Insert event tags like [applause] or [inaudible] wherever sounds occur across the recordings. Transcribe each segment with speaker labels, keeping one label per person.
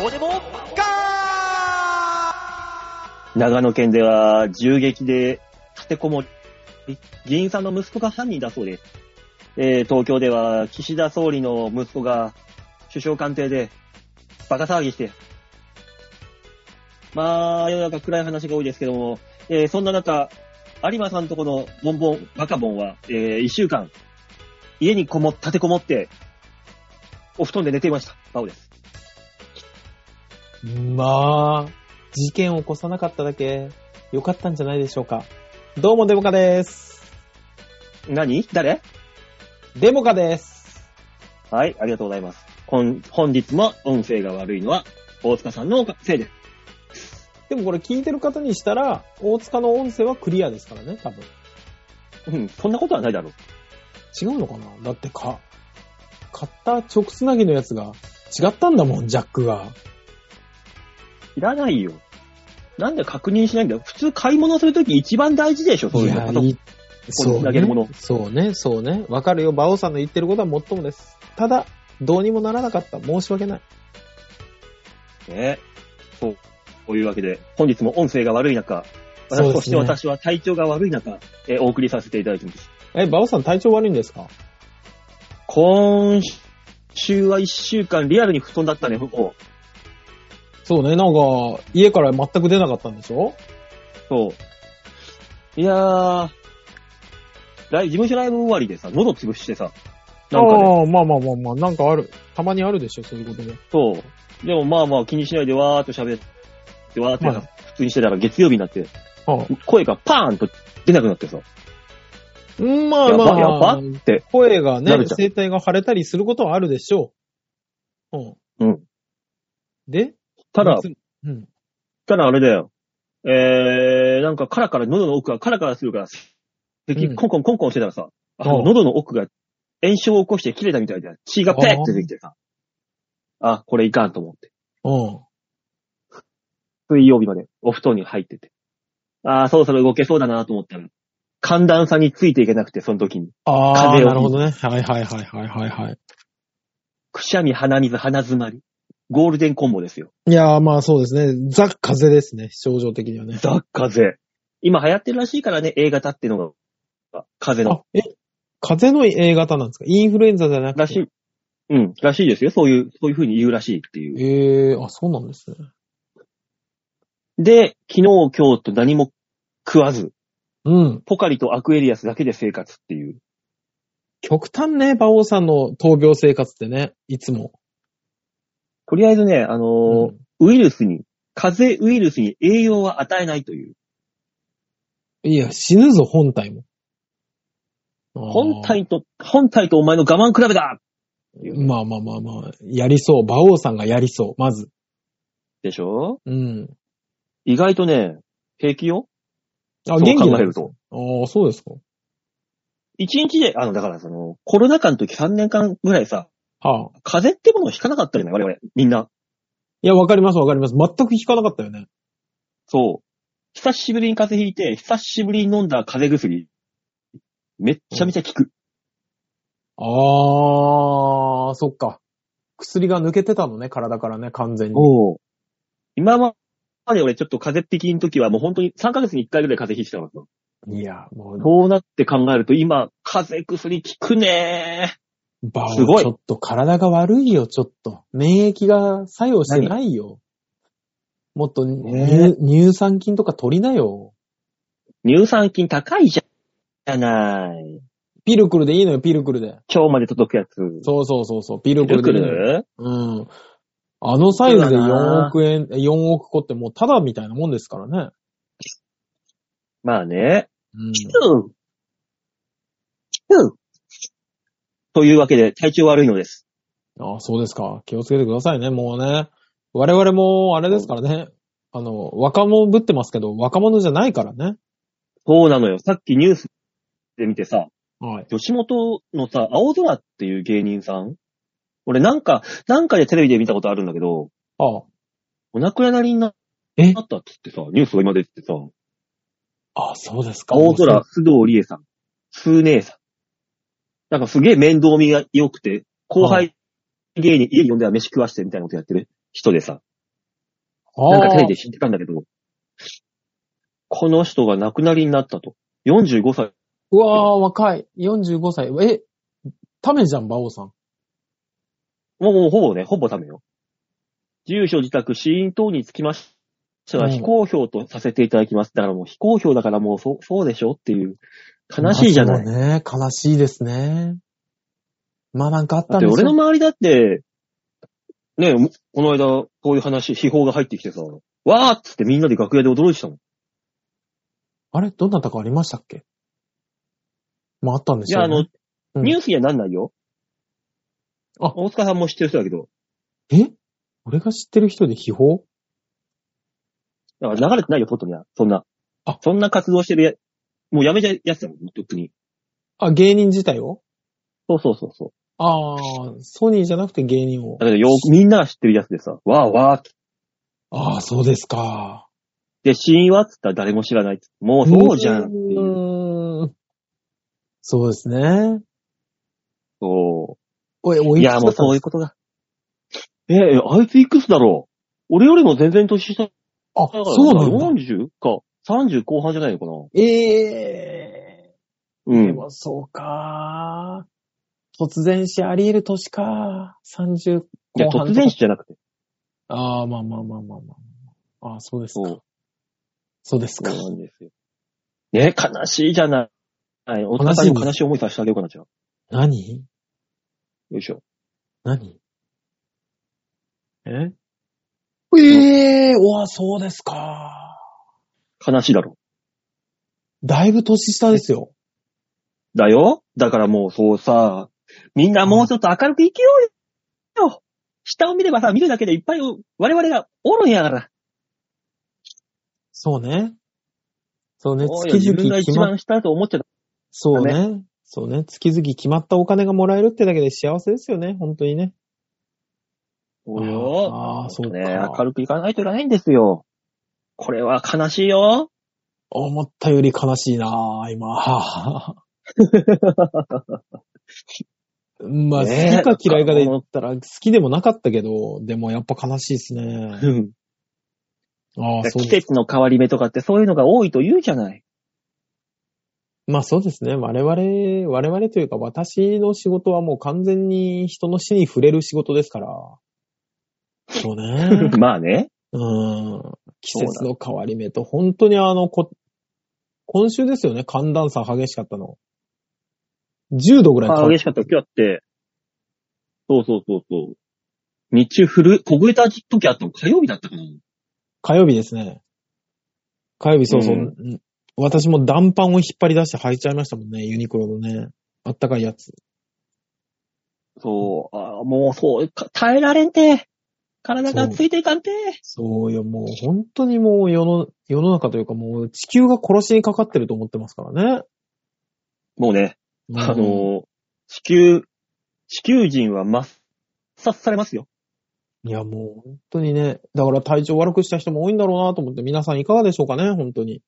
Speaker 1: どうでもガ
Speaker 2: 長野県では銃撃で立てこもり、議員さんの息子が犯人だそうです。えー東京では岸田総理の息子が首相官邸でバカ騒ぎして、まあ、世の中暗い話が多いですけども、えーそんな中、有馬さんとこのボンボン、バカボンは、え1週間、家にこも、立てこもって、お布団で寝ていました。バオです。
Speaker 3: まあ、事件を起こさなかっただけ、良かったんじゃないでしょうか。どうも、デモカです。
Speaker 2: 何誰
Speaker 3: デモカです。
Speaker 2: はい、ありがとうございます。本本日も音声が悪いのは、大塚さんのせいです。
Speaker 3: でもこれ聞いてる方にしたら、大塚の音声はクリアですからね、多分。
Speaker 2: うん、そんなことはないだろう。
Speaker 3: 違うのかなだってか、買った直つなぎのやつが違ったんだもん、ジャックが。
Speaker 2: いらないよ。なんで確認しないんだよ。普通買い物するとき一番大事でしょ、そういうの。
Speaker 3: いい
Speaker 2: こに投げるもの
Speaker 3: そうね、そうね。わかるよ、馬王さんの言ってることはもっともです。ただ、どうにもならなかった。申し訳ない。
Speaker 2: ね。そう。というわけで、本日も音声が悪い中、そ
Speaker 3: そうですね
Speaker 2: して私は体調が悪い中、えーお送りさせていただいてます。
Speaker 3: え、馬王さん体調悪いんですか
Speaker 2: 今週は一週間リアルに布団だったね、もう
Speaker 3: そうね、なんか、家から全く出なかったんでしょ
Speaker 2: そう。いやー、ライブ事務所ライブ終わりでさ、喉潰してさ、なんかね、
Speaker 3: ああ、まあまあまあまあ、なんかある。たまにあるでしょ、そういうことで。
Speaker 2: そう。でもまあまあ気にしないでわーっと喋って、わーって
Speaker 3: はい
Speaker 2: 普通にしてたら月曜日になって、
Speaker 3: はあ、
Speaker 2: 声がパーンと出なくなってさ、
Speaker 3: うん、まあ
Speaker 2: や
Speaker 3: ま
Speaker 2: ば、やば
Speaker 3: あ
Speaker 2: っ、て。
Speaker 3: 声がね
Speaker 2: 慣れ、ちゃう
Speaker 3: 声帯が腫れたりすることはあるでしょう。うん。
Speaker 2: うん。
Speaker 3: で
Speaker 2: ただ
Speaker 3: い、つうん。
Speaker 2: ただあれだよ。えー、なんかカラカラ、喉の奥がカラカラするから、
Speaker 3: うん
Speaker 2: 咳、コンコンコンコンしてたらさ、あの
Speaker 3: うん
Speaker 2: 喉の奥が炎症を起こして切れたみたいで、血がペーって出てきてさ、あ、これいかんと思って。
Speaker 3: うん。
Speaker 2: 水曜日までお布団に入ってて。ああ、そろそろ動けそうだなと思ったら、寒暖差についていけなくて、その時に。
Speaker 3: ああ、
Speaker 2: 風邪をひいて
Speaker 3: なるほどね。はいはいはいはいはいはい。
Speaker 2: くしゃみ、鼻水、鼻詰まり。ゴールデンコンボですよ。
Speaker 3: いやーまあそうですね。ザ・風邪ですね。症状的にはね。
Speaker 2: ザ・風邪。今流行ってるらしいからね、A 型っていうのが、風邪
Speaker 3: あ、え風邪の A 型なんですかインフルエンザじゃな
Speaker 2: の。ら
Speaker 3: く
Speaker 2: しい
Speaker 3: て。。
Speaker 2: うん、らしいですよ。そういう、そういう風に言うらしいっていう。
Speaker 3: ええー、あ、そうなんですね。
Speaker 2: で、昨日、今日と何も食わず、
Speaker 3: うん。
Speaker 2: ポカリとアクエリアスだけで生活っていう。
Speaker 3: 極端ね、馬王さんの闘病生活ってね。いつも。
Speaker 2: とりあえずね、あのー
Speaker 3: うん
Speaker 2: ウイルスに、風邪ウイルスに栄養は与えないという。
Speaker 3: いや、死ぬぞ、本体も。
Speaker 2: 本
Speaker 3: あ
Speaker 2: 体と、本体とお前の我慢比べだっていう
Speaker 3: ーまあまあまあまあ、やりそう。馬王さんがやりそう、まず。
Speaker 2: でしょ
Speaker 3: うん。
Speaker 2: 意外とね、平気よ。
Speaker 3: あ、
Speaker 2: そう
Speaker 3: 元気
Speaker 2: 考
Speaker 3: な
Speaker 2: え
Speaker 3: んで
Speaker 2: る
Speaker 3: すか
Speaker 2: と。
Speaker 3: ああ、そうですか。
Speaker 2: 一日で、あの、だからその、コロナ禍の時3年間ぐらいさ、
Speaker 3: はあ。
Speaker 2: 風邪ってものを引かなかったよね、我々、みんな。
Speaker 3: いや、わかりますわかります。全く引かなかったよね。
Speaker 2: そう。久しぶりに風邪ひいて、久しぶりに飲んだ風邪薬、めっちゃめちゃ効く。
Speaker 3: あー、そっか。薬が抜けてたのね、体からね、完全に。
Speaker 2: お今まで俺ちょっと風邪的の時はもう本当に3ヶ月に1回ぐらい風邪ひいてたわけよ。
Speaker 3: いや、もう、
Speaker 2: そうなって考えると今、風邪薬効くね
Speaker 3: バオ
Speaker 2: すごい
Speaker 3: ちょっと体が悪いよ、ちょっと。免疫が作用してないよ。もっと乳、
Speaker 2: ね
Speaker 3: 乳酸菌とか取りなよ。
Speaker 2: ー。乳酸菌高いじゃない。
Speaker 3: ピルクルでいいのよ、ピルクルで。
Speaker 2: 腸まで届くやつ。
Speaker 3: そうそうそう、そうピルク
Speaker 2: くるく
Speaker 3: ルでいいのよ。
Speaker 2: る
Speaker 3: うん。あのサイズで
Speaker 2: そうだ
Speaker 3: 4
Speaker 2: な
Speaker 3: 億円、4億個ってもうタダみたいなもんですからね。
Speaker 2: まあね。
Speaker 3: うん。
Speaker 2: うん。うん。というわけで、体調悪いのです。
Speaker 3: ああ、そうですか。気をつけてくださいね、もうね。我々も、あれですからね。あの、若者ぶってますけど、若者じゃないからね。
Speaker 2: そうなのよ。さっきニュースで見てさ、
Speaker 3: はい。
Speaker 2: 吉本のさ、青空っていう芸人さん俺なんか、なんかでテレビで見たことあるんだけど、
Speaker 3: ああ、
Speaker 2: お亡くなりになっ
Speaker 3: え
Speaker 2: たっつってさ、ニュースが今出ててさ、
Speaker 3: ああそうですか。
Speaker 2: 青空、。須藤理恵さん、スー姉さん。なんかすげえ面倒見が良くて、後輩芸人家に呼んでは飯食わしてみたいなことやってる人でさ、
Speaker 3: な
Speaker 2: なんかテレビで知ってたんだけど、この人が亡くなりになったと。45歳。
Speaker 3: うわー、若い。45歳。え、タメじゃん、馬王さん。
Speaker 2: もうもうほぼね、ほぼダメよ。住所自宅死因等につきましては
Speaker 3: うん
Speaker 2: 非公表とさせていただきます。だからもう非公表だからもうそう、そうでしょっていう。悲しいじゃない。
Speaker 3: まあそうね、悲しいですね。まあなんかあっ
Speaker 2: だ
Speaker 3: た
Speaker 2: っ
Speaker 3: ん
Speaker 2: て
Speaker 3: です
Speaker 2: 俺
Speaker 3: よ
Speaker 2: の。周りだって、ねえ、この間、こういう話、秘宝が入ってきてさ、わーっつってみんなで楽屋で驚いてたもん。
Speaker 3: あれどんなたかありましたっけまああったんで
Speaker 2: い
Speaker 3: しょ
Speaker 2: や、
Speaker 3: う、
Speaker 2: あ
Speaker 3: ね。
Speaker 2: の、
Speaker 3: うん
Speaker 2: ニュースにはなんないよ。
Speaker 3: あ
Speaker 2: 大塚さんも知ってる人だけど、
Speaker 3: え俺が知ってる人で秘宝
Speaker 2: だから流れてないよ、外には。そんな。
Speaker 3: あ
Speaker 2: そんな活動してるや、もうやめちゃうやつだもん、特に。
Speaker 3: あ、芸人自体を
Speaker 2: そうそうそうそう。
Speaker 3: ああ、ソニーじゃなくて芸人を
Speaker 2: だ。けどよく、みんなが知ってるやつでさ、わーわーって。
Speaker 3: ああ、そうですか。
Speaker 2: で、死因はっつったら誰も知らないっつって。もうそうじゃんっていう。
Speaker 3: うーんそうですね。
Speaker 2: そ
Speaker 3: おい、お
Speaker 2: う。
Speaker 3: い
Speaker 2: い
Speaker 3: くつだ
Speaker 2: や、もう
Speaker 3: ったん
Speaker 2: そう
Speaker 3: で
Speaker 2: い
Speaker 3: す
Speaker 2: うことだ。ええあいついくつだろう俺よりも全然年下だか
Speaker 3: あ、
Speaker 2: ら。
Speaker 3: そうなんだ。
Speaker 2: 40か、30後半じゃないのかな。
Speaker 3: ええ
Speaker 2: う
Speaker 3: で
Speaker 2: ん。
Speaker 3: もそうか。突然死あり得る年か。30
Speaker 2: いや、
Speaker 3: 後半。
Speaker 2: 突然死じゃなくて。
Speaker 3: ああ、まあまあまあまあまあ。ああ、そうです
Speaker 2: そう
Speaker 3: か。そうです
Speaker 2: そう
Speaker 3: か。
Speaker 2: なんですよ。ね、悲しいじゃない。はい、お互いにも悲しい思いさせてあげようかな、じゃあ。
Speaker 3: 何
Speaker 2: よいしょ。
Speaker 3: 何
Speaker 2: え
Speaker 3: ええうわ、そうですか。
Speaker 2: 悲しいだろ。
Speaker 3: だいぶ年下ですよ。
Speaker 2: だよだからもうそうさ、みんなもうちょっと明るく生きようよ下を見ればさ、見るだけでいっぱい我々がおるんやから。
Speaker 3: そうね。そうね、
Speaker 2: そうよ
Speaker 3: 月
Speaker 2: 自分が
Speaker 3: 々
Speaker 2: 一
Speaker 3: 決まっ
Speaker 2: 番下だと思っちゃった。
Speaker 3: そうね。そうね。月々決まったお金がもらえるってだけで幸せですよね。本当にね。
Speaker 2: そうよ。
Speaker 3: ああ、そうか。
Speaker 2: ね明るくいかないといけないんですよ。これは悲しいよ。
Speaker 3: 思ったより悲しいなぁ、今。 [laughs] まあ、
Speaker 2: ねえ
Speaker 3: 好きか嫌いかで言ったら、好きでもなかったけど、でもやっぱ悲しいですね。ああ、そう
Speaker 2: 季
Speaker 3: です。
Speaker 2: 節の変わり目とかってそういうのが多いと言うじゃない。
Speaker 3: まあそうですね。我々、我々というか私の仕事はもう完全に人の死に触れる仕事ですから。そうね。
Speaker 2: [laughs] まあね。
Speaker 3: うん季節の変わり目と、本当にあの、こ、今週ですよね、寒暖差激しかったの。10度ぐらい変
Speaker 2: あ
Speaker 3: わ
Speaker 2: 激しかった。今日あって。そうそうそうそう。日中降る、凍えた時あったの火曜日だったかな。
Speaker 3: 火曜日ですね。火曜日、そうそう。
Speaker 2: うん
Speaker 3: うん私も暖パンを引っ張り出して履いちゃいましたもんね、ユニクロのね。あったかいやつ。
Speaker 2: そう、あーもうそう、か耐えられんて。体がついていかんて。
Speaker 3: そうよ、もう本当にもう世の、世の中というかもう地球が殺しにかかってると思ってますからね。
Speaker 2: もうね、
Speaker 3: うん
Speaker 2: あのー地球、地球人は抹殺されますよ。
Speaker 3: いや、もう本当にね、だから体調悪くした人も多いんだろうなと思って、皆さんいかがでしょうかね、本当に。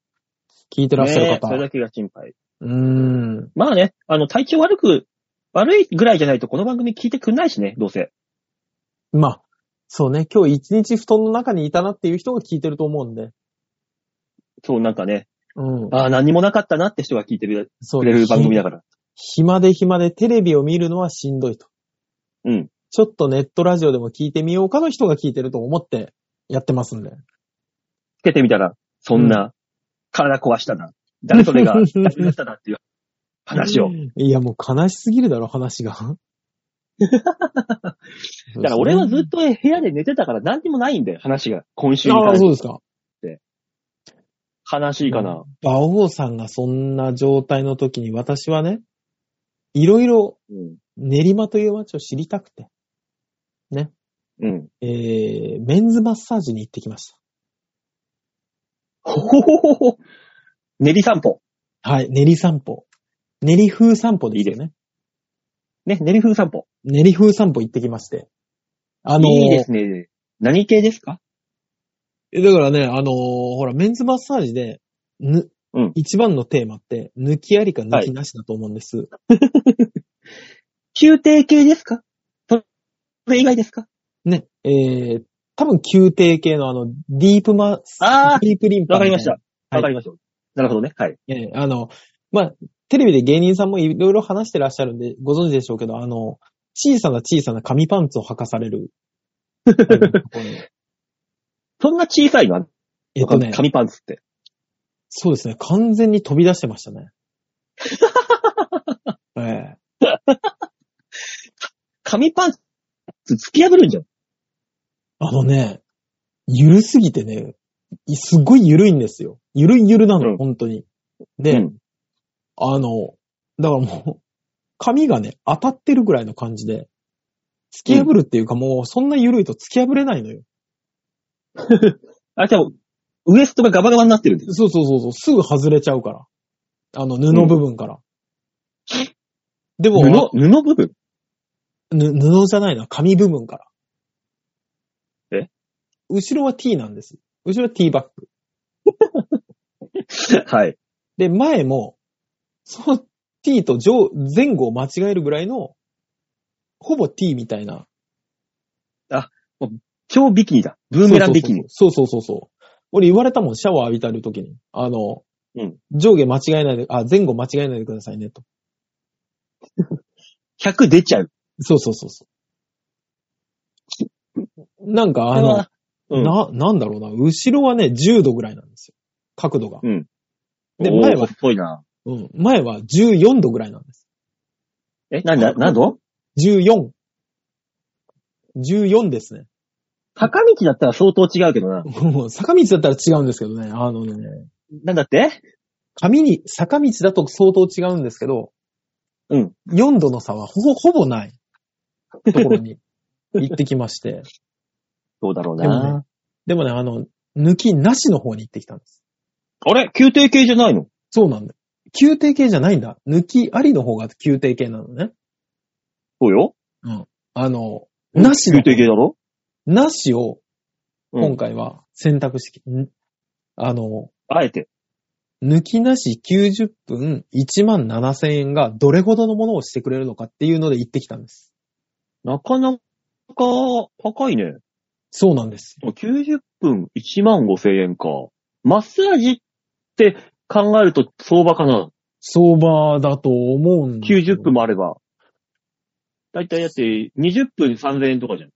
Speaker 3: 聞いてらっしゃ
Speaker 2: ね
Speaker 3: る
Speaker 2: えそ
Speaker 3: 方。
Speaker 2: れだけが心配。
Speaker 3: うーん。
Speaker 2: まあね、あの、体調悪く、悪いぐらいじゃないとこの番組聞いてくんないしね、どうせ。
Speaker 3: まあ、そうね、今日一日布団の中にいたなっていう人が聞いてると思うんで。
Speaker 2: そう、なんかね、
Speaker 3: うん。
Speaker 2: ああ、何もなかったなって人が聞いてる
Speaker 3: そ
Speaker 2: く
Speaker 3: う
Speaker 2: れ
Speaker 3: ね
Speaker 2: る番組
Speaker 3: ひ
Speaker 2: だから。
Speaker 3: 暇で暇でテレビを見るのはしんどいと。
Speaker 2: うん。
Speaker 3: ちょっとネットラジオでも聞いてみようかの人が聞いてると思ってやってますんで。
Speaker 2: つけてみたら、そんな、体壊したな。誰それ
Speaker 3: [laughs]
Speaker 2: が、誰だったなっていう話を。
Speaker 3: いや、もう悲しすぎるだろ、
Speaker 2: [laughs]
Speaker 3: 話が。
Speaker 2: だから俺はずっと部屋で寝てたから何にもないんだよ、話が。今週に
Speaker 3: あ
Speaker 2: 関
Speaker 3: あ、
Speaker 2: して
Speaker 3: そうですか。
Speaker 2: 悲しいかな。
Speaker 3: 馬王さんがそんな状態の時に私はね、いろいろ
Speaker 2: うん。
Speaker 3: 練馬という街を知りたくて、
Speaker 2: うん。
Speaker 3: えー、メンズマッサージに行ってきまし
Speaker 2: ほほほほほ。練り散歩。
Speaker 3: た。はい、練り散歩。練り風散歩ですよね。
Speaker 2: ね、練り風散歩。
Speaker 3: 練り風散歩行ってきまして。あのー
Speaker 2: いいですね。何系ですか
Speaker 3: だからね、あのーほら、メンズマッサージで、ぬ、
Speaker 2: うん
Speaker 3: 一番のテーマって、抜きありか抜きなしだと思うんです。
Speaker 2: 宮廷系ですかそれ以外ですか
Speaker 3: ね、えー、多分宮廷系のあの、ディープマス、
Speaker 2: あ
Speaker 3: ディープリン
Speaker 2: ー、
Speaker 3: パ
Speaker 2: わ
Speaker 3: み
Speaker 2: かり
Speaker 3: たいな。
Speaker 2: ました。わかりました。なるほどね。はい。
Speaker 3: ええあの、まあ、テレビで芸人さんもいろいろ話してらっしゃるんで、ご存知でしょうけど、あの、小さな小さな紙パンツを履かさ
Speaker 2: [laughs]
Speaker 3: れる。
Speaker 2: そんな小さいの
Speaker 3: えっとね、
Speaker 2: 紙パンツって。
Speaker 3: そうですね、完全に飛び出してました
Speaker 2: [laughs]
Speaker 3: ね。ええ
Speaker 2: 紙パンツ突き破るんじゃん。
Speaker 3: あのね、ゆるすぎてね、いすごいゆるいんですよ。ゆるいゆるなの、
Speaker 2: うん
Speaker 3: 本当に。で、
Speaker 2: うん
Speaker 3: あの、だからもう、髪がね、当たってるぐらいの感じで、突き破るっていうか、もう、そんな緩いと突き破れないのよ。
Speaker 2: あれ多分、ウエストがガバガバになってるんです。
Speaker 3: そうそうそうそう、すぐ外れちゃうから。あの、布部分から。で
Speaker 2: 布、
Speaker 3: も、
Speaker 2: 布部分
Speaker 3: ぬ布じゃないな、紙部分から。
Speaker 2: え
Speaker 3: 後ろは T なんです。後ろは T バック。
Speaker 2: [laughs] はい。
Speaker 3: で、前も、その t と上、前後を間違えるぐらいの、ほぼ t みたいな。
Speaker 2: 超ビキニだ。ブーメランビキニ。
Speaker 3: そうそうそうそうそうそう。俺言われたもん、シャワー浴びたるときに。あの、
Speaker 2: うん
Speaker 3: 上下間違えないで、あ、前後間違えないでくださいね、と。
Speaker 2: 100出ちゃう。
Speaker 3: そうそうそうそう。なんかあの、
Speaker 2: うん、
Speaker 3: な、なんだろうな、後ろはね、10度ぐらいなんですよ。角度が。で
Speaker 2: おー
Speaker 3: 前は
Speaker 2: かっぽいな。
Speaker 3: うん。前は14度ぐらいなんです。
Speaker 2: え、なんだ、なんだ
Speaker 3: 14。14ですね。 [laughs]
Speaker 2: 坂道だったら相当違うけどな。
Speaker 3: もう坂道だったら違うんですけどね。あのね、
Speaker 2: なんだって
Speaker 3: 紙に、坂道だと相当違うんですけど、
Speaker 2: うん。
Speaker 3: 4度の差はほぼ、ほぼないとこ
Speaker 2: [laughs]
Speaker 3: ろに行ってきまして。
Speaker 2: どうだろう
Speaker 3: でも
Speaker 2: な。
Speaker 3: ね、でもね、あの、抜きなしの方に行ってきたんです。
Speaker 2: あれ宮廷系じゃないの
Speaker 3: そうなんだよ。宮廷系じゃないんだ。抜きありの方が宮廷系なのね。
Speaker 2: そうよ。
Speaker 3: あの、なしの
Speaker 2: 宮、廷系だろ
Speaker 3: なしを
Speaker 2: うん
Speaker 3: 今回は選択して、んあの、
Speaker 2: あえて。
Speaker 3: 抜きなし90分1万7000円がどれほどのものをしてくれるのかっていうので行ってきたんです。
Speaker 2: なかなか高いね。
Speaker 3: そうなんです。
Speaker 2: 90分1万5千円か。マッサージって考えると相場かな。
Speaker 3: 相場だと思うんですよ
Speaker 2: 90分もあれば。だいたいだって20分3千円とかじゃん。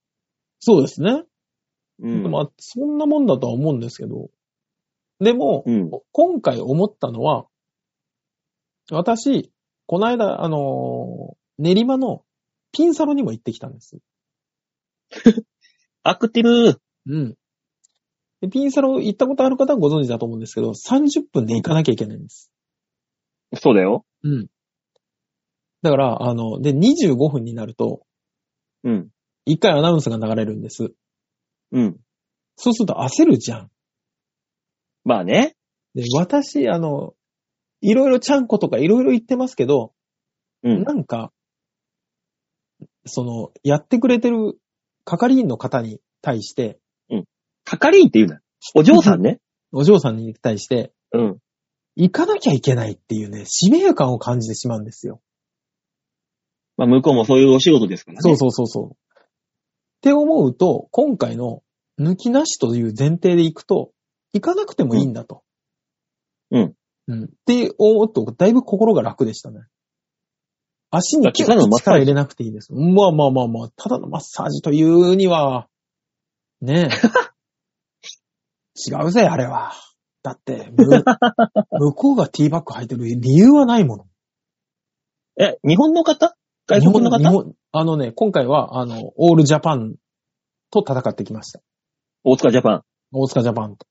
Speaker 3: そうですね。
Speaker 2: うん。
Speaker 3: まあ、そんなもんだとは思うんですけど。でも、
Speaker 2: うん。
Speaker 3: 今回思ったのは、私、この間、あのー練馬のピンサロにも行ってきたんです。
Speaker 2: アクティブ。
Speaker 3: うん。でピンサロ行ったことある方はご存知だと思うんですけど、30分で行かなきゃいけないんです。
Speaker 2: そうだよ。
Speaker 3: うん。だから、あの、で、25分になると、
Speaker 2: うん。
Speaker 3: 一回アナウンスが流れるんです。
Speaker 2: うん。
Speaker 3: そうすると焦るじゃん。
Speaker 2: まあね。
Speaker 3: で、私、あの、いろいろちゃんことかいろいろ言ってますけど、
Speaker 2: うん。
Speaker 3: なんか、その、やってくれてる係員の方に対して、
Speaker 2: 係員って言うな。お嬢さんね。
Speaker 3: お嬢さんに対して、
Speaker 2: うん。
Speaker 3: 行かなきゃいけないっていうね、使命感を感じてしまうんですよ。
Speaker 2: まあ向こうもそういうお仕事ですからね。
Speaker 3: そうそうそうそう。って思うと、今回の抜きなしという前提で行くと、行かなくてもいいんだと。
Speaker 2: うん。
Speaker 3: うん。って思うと、だいぶ心が楽でしたね。足にキュ
Speaker 2: ただの
Speaker 3: ッと
Speaker 2: マッサー
Speaker 3: 力
Speaker 2: ジ
Speaker 3: 入れなくていいです。まあまあまあまあ、ただのマッサージというには、
Speaker 2: [laughs]
Speaker 3: ねえ。違うぜ、あれは。だって、む向こうがティーバッグ履いてる理由はないもの。
Speaker 2: え、日本の方外国の
Speaker 3: 日
Speaker 2: 方
Speaker 3: 本日本あのね、今回は、あの、オールジャパンと戦ってきました。
Speaker 2: 大塚ジャパン。
Speaker 3: 大塚ジャパンと。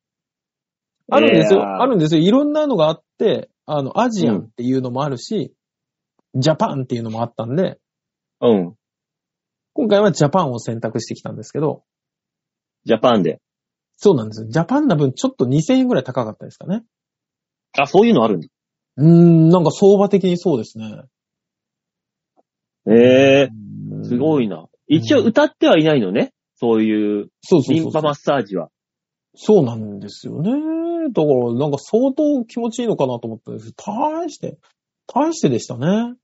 Speaker 3: あるんですよ。
Speaker 2: いやー
Speaker 3: あるんですよ。いろんなのがあって、あの、アジアン
Speaker 2: うん
Speaker 3: っていうのもあるし、ジャパンっていうのもあったんで、
Speaker 2: うん。
Speaker 3: 今回はジャパンを選択してきたんですけど、
Speaker 2: ジャパンで。
Speaker 3: そうなんですよ。ジャパンな分ちょっと2000円ぐらい高かったですかね。
Speaker 2: あ、そういうのあるんだ。
Speaker 3: うーん、なんか相場的にそうですね。
Speaker 2: ええす
Speaker 3: い。
Speaker 2: ごいな。一応歌ってはいないのね。そういう、
Speaker 3: そうそう
Speaker 2: リ
Speaker 3: そ
Speaker 2: ン
Speaker 3: うそ
Speaker 2: パ
Speaker 3: う
Speaker 2: マッサージは。
Speaker 3: そうなんですよね。だから、なんか相当気持ちいいのかなと思ったんですけど、大して、大してでしたね。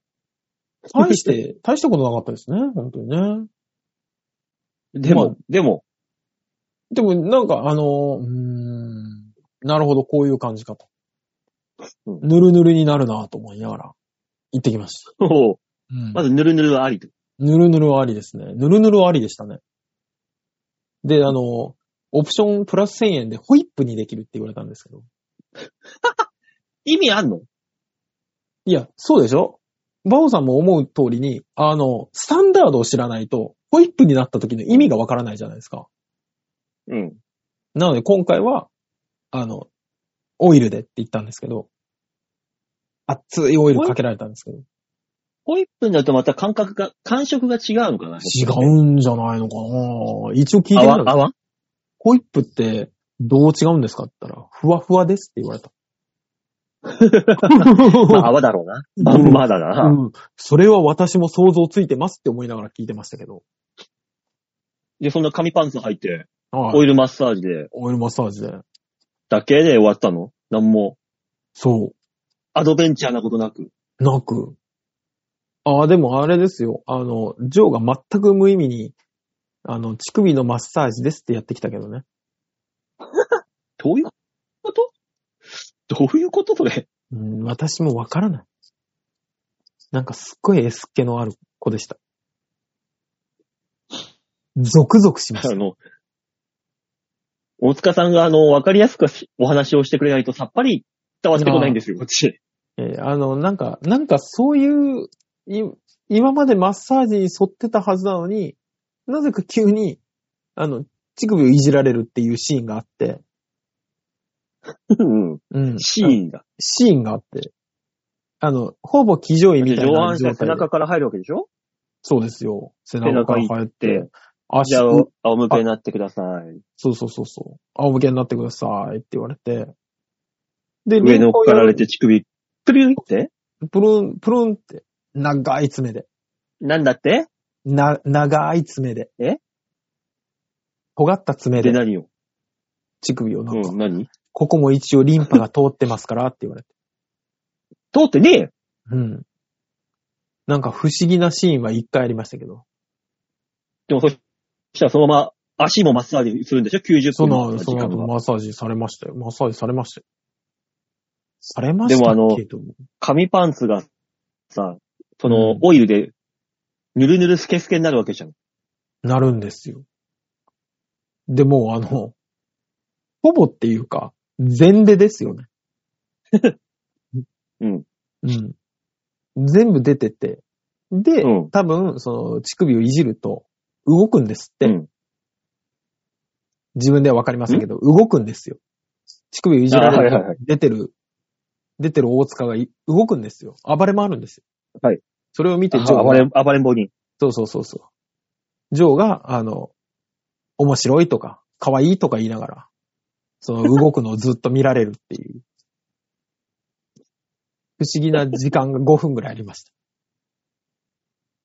Speaker 3: 大して、大したことなかったですね、本当にね。
Speaker 2: で
Speaker 3: まあ
Speaker 2: [laughs] も、でも、
Speaker 3: でも、なんか、あの、うーん、なるほど、こういう感じかと。
Speaker 2: うん
Speaker 3: ぬるぬるになるなと思いながら、行ってきました。
Speaker 2: おう
Speaker 3: うん
Speaker 2: まず、ぬるぬるはありと。
Speaker 3: ぬるぬるはありですね。ぬるぬるはありでしたね。で、あの、オプションプラス1000円でホイップにできるって言われたんですけど。
Speaker 2: 意味あんの
Speaker 3: いや、そうでしょバオさんも思う通りに、あの、スタンダードを知らないと、ホイップになった時の意味がわからないじゃないですか。
Speaker 2: うん。
Speaker 3: なので今回は、あの、オイルでって言ったんですけど、熱いオイルかけられたんですけど、
Speaker 2: ホイップになるとまた感覚が、感触が違うのかな
Speaker 3: 違うんじゃないのかな一応聞いてみた
Speaker 2: 泡
Speaker 3: ら、
Speaker 2: 泡
Speaker 3: ホイップってどう違うんですかって言ったら、ふわふわですって言われた。
Speaker 2: ま [laughs] あ泡だろうな。まんまだな。
Speaker 3: うん、それは私も想像ついてますって思いながら聞いてましたけど。
Speaker 2: で、そんな紙パンツ履いて、
Speaker 3: はい
Speaker 2: オイルマッサージで、
Speaker 3: オイルマッサージで。
Speaker 2: だけで終わったのなんも、
Speaker 3: そう。
Speaker 2: アドベンチャーなことなく。
Speaker 3: なく。ああ、でもあれですよ。あの、ジョーが全く無意味に、あの、乳首のマッサージですってやってきたけどね。
Speaker 2: どういうことどういうことそれ。
Speaker 3: うん、私もわからない。なんかすっごいエスっ気のある子でした。ゾクゾクしま
Speaker 2: あ
Speaker 3: した。
Speaker 2: の、大塚さんが、あの、わかりやすくお話をしてくれないとさっぱり伝わってこないんですよ、こっち。
Speaker 3: えーあの、なんか、なんかそういう、い今までマッサージに沿ってたはずなのに、なぜか急に、あの、乳首をいじられるっていうシーンがあって、
Speaker 2: うん。
Speaker 3: うん。
Speaker 2: シーンが。
Speaker 3: シーンがあって、あの、ほぼ騎乗位み
Speaker 2: で
Speaker 3: たい
Speaker 2: 上半
Speaker 3: な
Speaker 2: 身
Speaker 3: 状
Speaker 2: が
Speaker 3: 態
Speaker 2: 背中から入るわけでしょ
Speaker 3: そうですよ。背
Speaker 2: 中か
Speaker 3: 中からら
Speaker 2: 入
Speaker 3: 入
Speaker 2: っ
Speaker 3: ってて、足
Speaker 2: じゃあ、お仰向けになってください。
Speaker 3: そうそうそうそう、仰向けになってくださいって言われて、で、
Speaker 2: 上乗っかられ
Speaker 3: リ
Speaker 2: て乳首、くるんって
Speaker 3: ンパをやる、プルン、プルンって、長い爪で、
Speaker 2: なんだって
Speaker 3: な、長い爪で、
Speaker 2: え
Speaker 3: 尖った爪
Speaker 2: で
Speaker 3: で
Speaker 2: 何を
Speaker 3: 乳首をなんか、
Speaker 2: うん、何
Speaker 3: ここも一応リンパが通ってますからって言われて、
Speaker 2: 通ってねえよ
Speaker 3: うん。なんか不思議なシーンは一回ありましたけど。
Speaker 2: でもそしたらそのまま足もマッサージするんでしょ ?90
Speaker 3: そ
Speaker 2: 分
Speaker 3: の、
Speaker 2: の
Speaker 3: そ
Speaker 2: 時
Speaker 3: の
Speaker 2: 間
Speaker 3: 後
Speaker 2: は。
Speaker 3: マッサージされましたよ。マッサージされましたよ。されました
Speaker 2: でもあの
Speaker 3: けど。
Speaker 2: 紙パンツがさ、そうの
Speaker 3: ん
Speaker 2: オイルでぬるぬるスケスケになるわけじゃん。
Speaker 3: なるんですよ。でも、あの、ほぼっていうか、全でですよね。
Speaker 2: うん。
Speaker 3: うん。全部出てて。で、
Speaker 2: うん
Speaker 3: 多分、その、乳首をいじると、動くんですって。
Speaker 2: うん
Speaker 3: 自分ではわかりませんけど、動くんですよ。乳首をいじられる
Speaker 2: あはいはいは
Speaker 3: と、出てる、出てる大塚がい動くんですよ。暴れ回るんですよ。
Speaker 2: はい。
Speaker 3: それを見て、ジョーが
Speaker 2: 暴れ、暴れん坊に。
Speaker 3: そうそうそうそう。ジョーが、あの、面白いとか、可愛いとか言いながら、その動くのをずっと見られるっていう。 [laughs] 不思議な時間が5分ぐらいありました。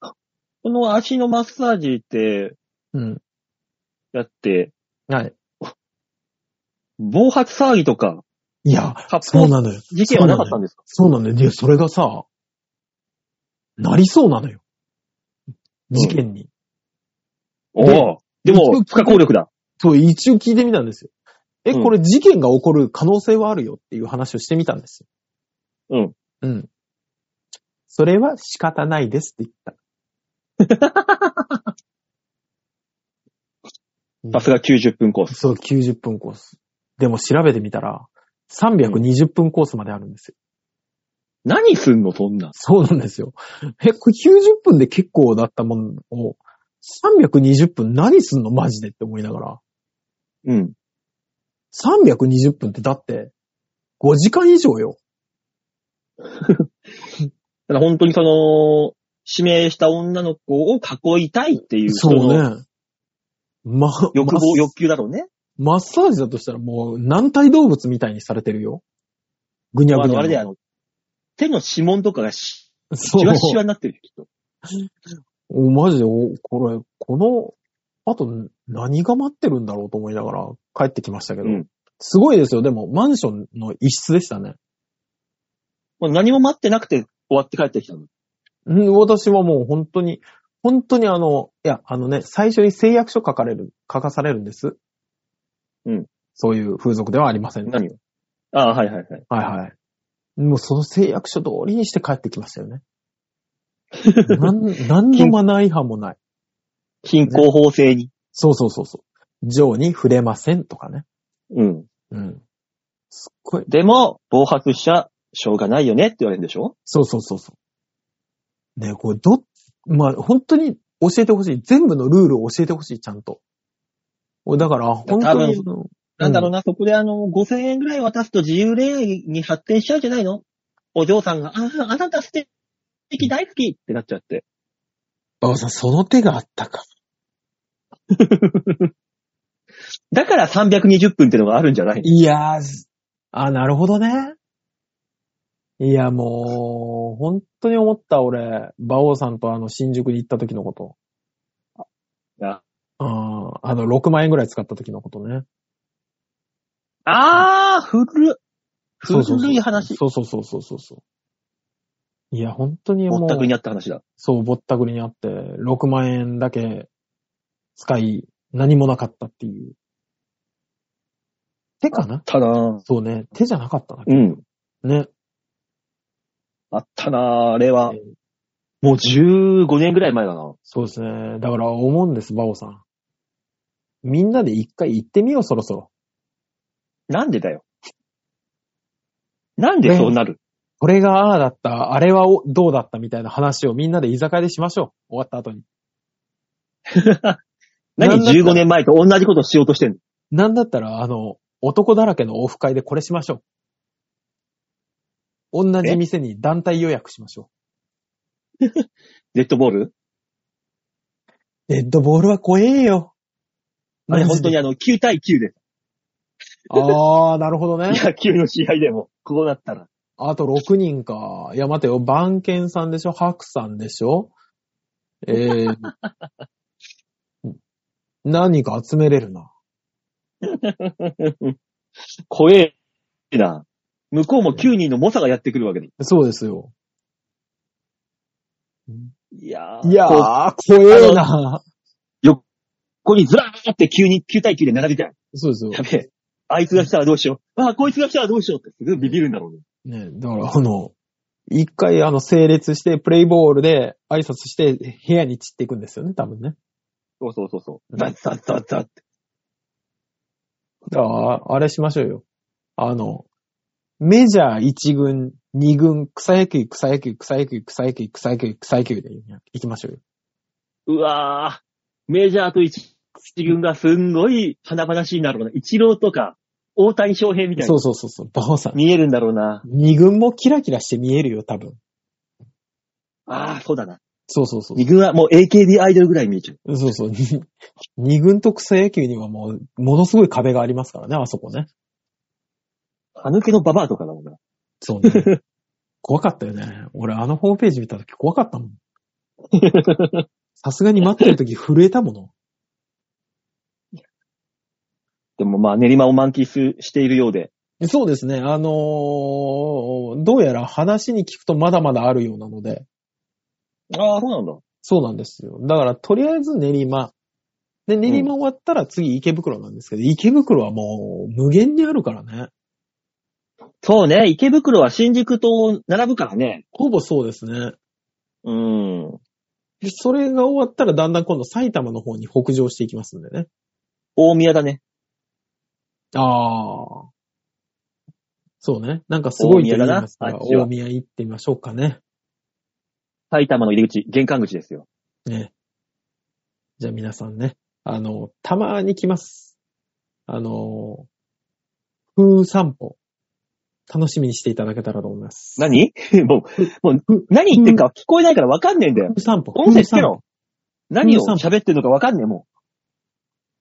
Speaker 2: この足のマッサージって
Speaker 3: うん。
Speaker 2: やって、
Speaker 3: はい。
Speaker 2: 暴発騒ぎとか、
Speaker 3: いや、
Speaker 2: 発
Speaker 3: そう
Speaker 2: 砲
Speaker 3: なのよ。
Speaker 2: 事件はなかったんですか
Speaker 3: そうなのよ。いや、それがさ、なりそうなのよ。事件に。
Speaker 2: お
Speaker 3: なの
Speaker 2: おうでも、不可抗力だ。
Speaker 3: そう、一応聞いてみたんですよ。え、
Speaker 2: うん
Speaker 3: これ事件が起こる可能性はあるよっていう話をしてみたんですよ。うん。うん。それは仕方ないですって言った。
Speaker 2: さすが90分コース。
Speaker 3: そう、90分コース。でも調べてみたら、320分コースまであるんですよ。
Speaker 2: 何すんのそんなん。
Speaker 3: そうなんですよ。え、これ90分で結構だったものを、320分何すんのマジでって思いながら。
Speaker 2: うん。
Speaker 3: 320分ってだって、5時間以上よ。
Speaker 2: だから本当にその、指名した女の子を囲いたいっていう、
Speaker 3: そう
Speaker 2: の
Speaker 3: ね。ま、
Speaker 2: 欲望、
Speaker 3: マッ
Speaker 2: 欲求だろうね。
Speaker 3: マッサージだとしたらもう軟体動物みたいにされてるよ。ぐにゃ
Speaker 2: あ
Speaker 3: ぐに
Speaker 2: の、
Speaker 3: ゃ。
Speaker 2: あれで、あの、手の指紋とかがし、
Speaker 3: そ
Speaker 2: しわし
Speaker 3: う。
Speaker 2: わになってるよ、きっと。
Speaker 3: お、マジで、お、これ、この、あと何が待ってるんだろうと思いながら帰ってきましたけど。
Speaker 2: うん
Speaker 3: すごいですよ。でも、マンションの一室でしたね。
Speaker 2: もう何も待ってなくて終わって帰ってきたの。
Speaker 3: うん、私はもう本当に、本当にあの、いや、あのね、最初に誓約書書かれる、書かされるんです。
Speaker 2: うん
Speaker 3: そういう風俗ではありません。はい
Speaker 2: 何をああ、はいはいはい。
Speaker 3: はい。もうその誓約書通りにして帰ってきましたよ
Speaker 2: [laughs]
Speaker 3: ね。なん何のマナー違反もない。
Speaker 2: 貧困法制に。
Speaker 3: そうそうそうそう。ジョーに触れませんとかね。
Speaker 2: うん。
Speaker 3: うん。すっごい。
Speaker 2: でも、暴発しちゃしょうがないよねって言われるんでしょ
Speaker 3: そうそうそうそう。ねこれど、まあ、本当に教えてほしい。全部のルールを教えてほしい、ちゃんと。俺だから、本当に
Speaker 2: 多、なんだろうな、そこであの、5000円ぐらい渡すと自由恋愛に発展しちゃうんじゃないのお嬢さんが、ああ、あなた素敵大好きってなっちゃって。
Speaker 3: 馬場さん、その手があったか。
Speaker 2: だから320分ってのがあるんじゃない
Speaker 3: いやー、あ、なるほどね。いや、もう、本当に思った、俺。馬王さんとあの、新宿に行った時のこと。
Speaker 2: あ
Speaker 3: あーあの、6万円ぐらい使った時のことね。
Speaker 2: あー、古っ。
Speaker 3: そうそうそう
Speaker 2: 古い話。
Speaker 3: そうそうそうそうそうそう。いや、本当にも
Speaker 2: ぼっ、
Speaker 3: う
Speaker 2: たくにあった話だ。
Speaker 3: そう、ぼったくりにあって、6万円だけ使い、何もなかったっていう。手かな
Speaker 2: たな
Speaker 3: そうね、手じゃなかったな。
Speaker 2: うん。
Speaker 3: ね。
Speaker 2: あったなあれは
Speaker 3: えー。
Speaker 2: もう15年ぐらい前だな。
Speaker 3: そうですね。だから思うんです、バオさん。みんなで一回行ってみよう、そろそろ。
Speaker 2: なんでだよ。なんでそうなる、
Speaker 3: これがああだった、あれはおどうだったみたいな話をみんなで居酒屋でしましょう。終わった後に。
Speaker 2: 何
Speaker 3: なんだった
Speaker 2: 15年前と同じことしようとしてんの
Speaker 3: なんだったら、あの、男だらけのオフ会でこれしましょう。同じ店に団体予約しましょ
Speaker 2: デッドボール
Speaker 3: う。デッドボールは怖えよ。
Speaker 2: あれ
Speaker 3: マ
Speaker 2: 本
Speaker 3: ジ
Speaker 2: 当
Speaker 3: で
Speaker 2: にあの、9対9で、
Speaker 3: あー、なるほどね。
Speaker 2: 野球の試合でも、こうなったら。
Speaker 3: あと6人か。いや、待てよ。番犬さんでしょ白さんでしょえー、 [laughs] 何か集めれるな。
Speaker 2: 怖えな。向こうも9人の猛者がやってくるわけで。
Speaker 3: そうですよ。
Speaker 2: いや
Speaker 3: いやー、
Speaker 2: こう
Speaker 3: 怖えな。
Speaker 2: ここにずらーって9に、9対9で並びたい。
Speaker 3: そうですよ
Speaker 2: や。べえ。あいつが来たらどうしよう。ああ、こいつが来たらどうしようって。すぐビビるんだろうね。
Speaker 3: ね、だから、あの、一回、あの、整列して、プレイボールで挨拶して、部屋に散っていくんですよね、多分ね。
Speaker 2: そうそうそうそう。ザッザッザッザッって。
Speaker 3: だから、あれしましょうよ。あの、メジャー1軍、2軍、草野球、草野球、草野球、草野球、草野球、草野球で行きましょうよ。
Speaker 2: うわー。メジャーと一一軍がすんごい華々しいんだろうな。一郎とか、大谷翔平みたい
Speaker 3: そ
Speaker 2: な
Speaker 3: う。そうそうそう、バオさん。
Speaker 2: 見えるんだろうな。
Speaker 3: 二軍もキラキラして見えるよ、多分。
Speaker 2: ああ、そうだな。
Speaker 3: そうそうそう
Speaker 2: 二。軍はもう AKB アイドルぐらい見えちゃう。
Speaker 3: そうそう。 [laughs] に二軍と草野球にはもう、ものすごい壁がありますからね、あそこね。
Speaker 2: あのけのババアとかだもんな。
Speaker 3: そうね。怖かったよね。俺、あのホームページ見た時怖かったもん。さすがに待ってる時震えたもの。
Speaker 2: でもまあ練馬を満喫すしているようで。
Speaker 3: そうですね。あのーどうやら話に聞くとまだまだあるようなので、
Speaker 2: ああ、そうなんだ。
Speaker 3: そうなんですよ。だから、とりあえず練馬。で、練馬終わったら次池袋なんですけど、池袋はもう無限にあるからね。
Speaker 2: そうね、池袋は新宿と並ぶからね。
Speaker 3: ほぼそうですね。
Speaker 2: うん。
Speaker 3: でそれが終わったらだんだん今度埼玉の方に北上していきますんでね。
Speaker 2: 大宮だね。
Speaker 3: ああ。そうね。なんかすごいと言いますか
Speaker 2: 大
Speaker 3: ら、
Speaker 2: 宮だなあっ
Speaker 3: 大宮行ってみましょうかね。
Speaker 2: 埼玉の入り口、玄関口ですよ。
Speaker 3: ね。じゃあ皆さんね、あの、たまに来ます。あの、風散歩。楽しみにしていただけたらと思います。
Speaker 2: 何 [laughs] もう、もう、何言ってんか聞こえないからわかんねえんだよ。
Speaker 3: 風散歩。
Speaker 2: 音声つけ
Speaker 3: 風散
Speaker 2: ろ
Speaker 3: 歩。
Speaker 2: 何を喋ってんのかわかんねえ、も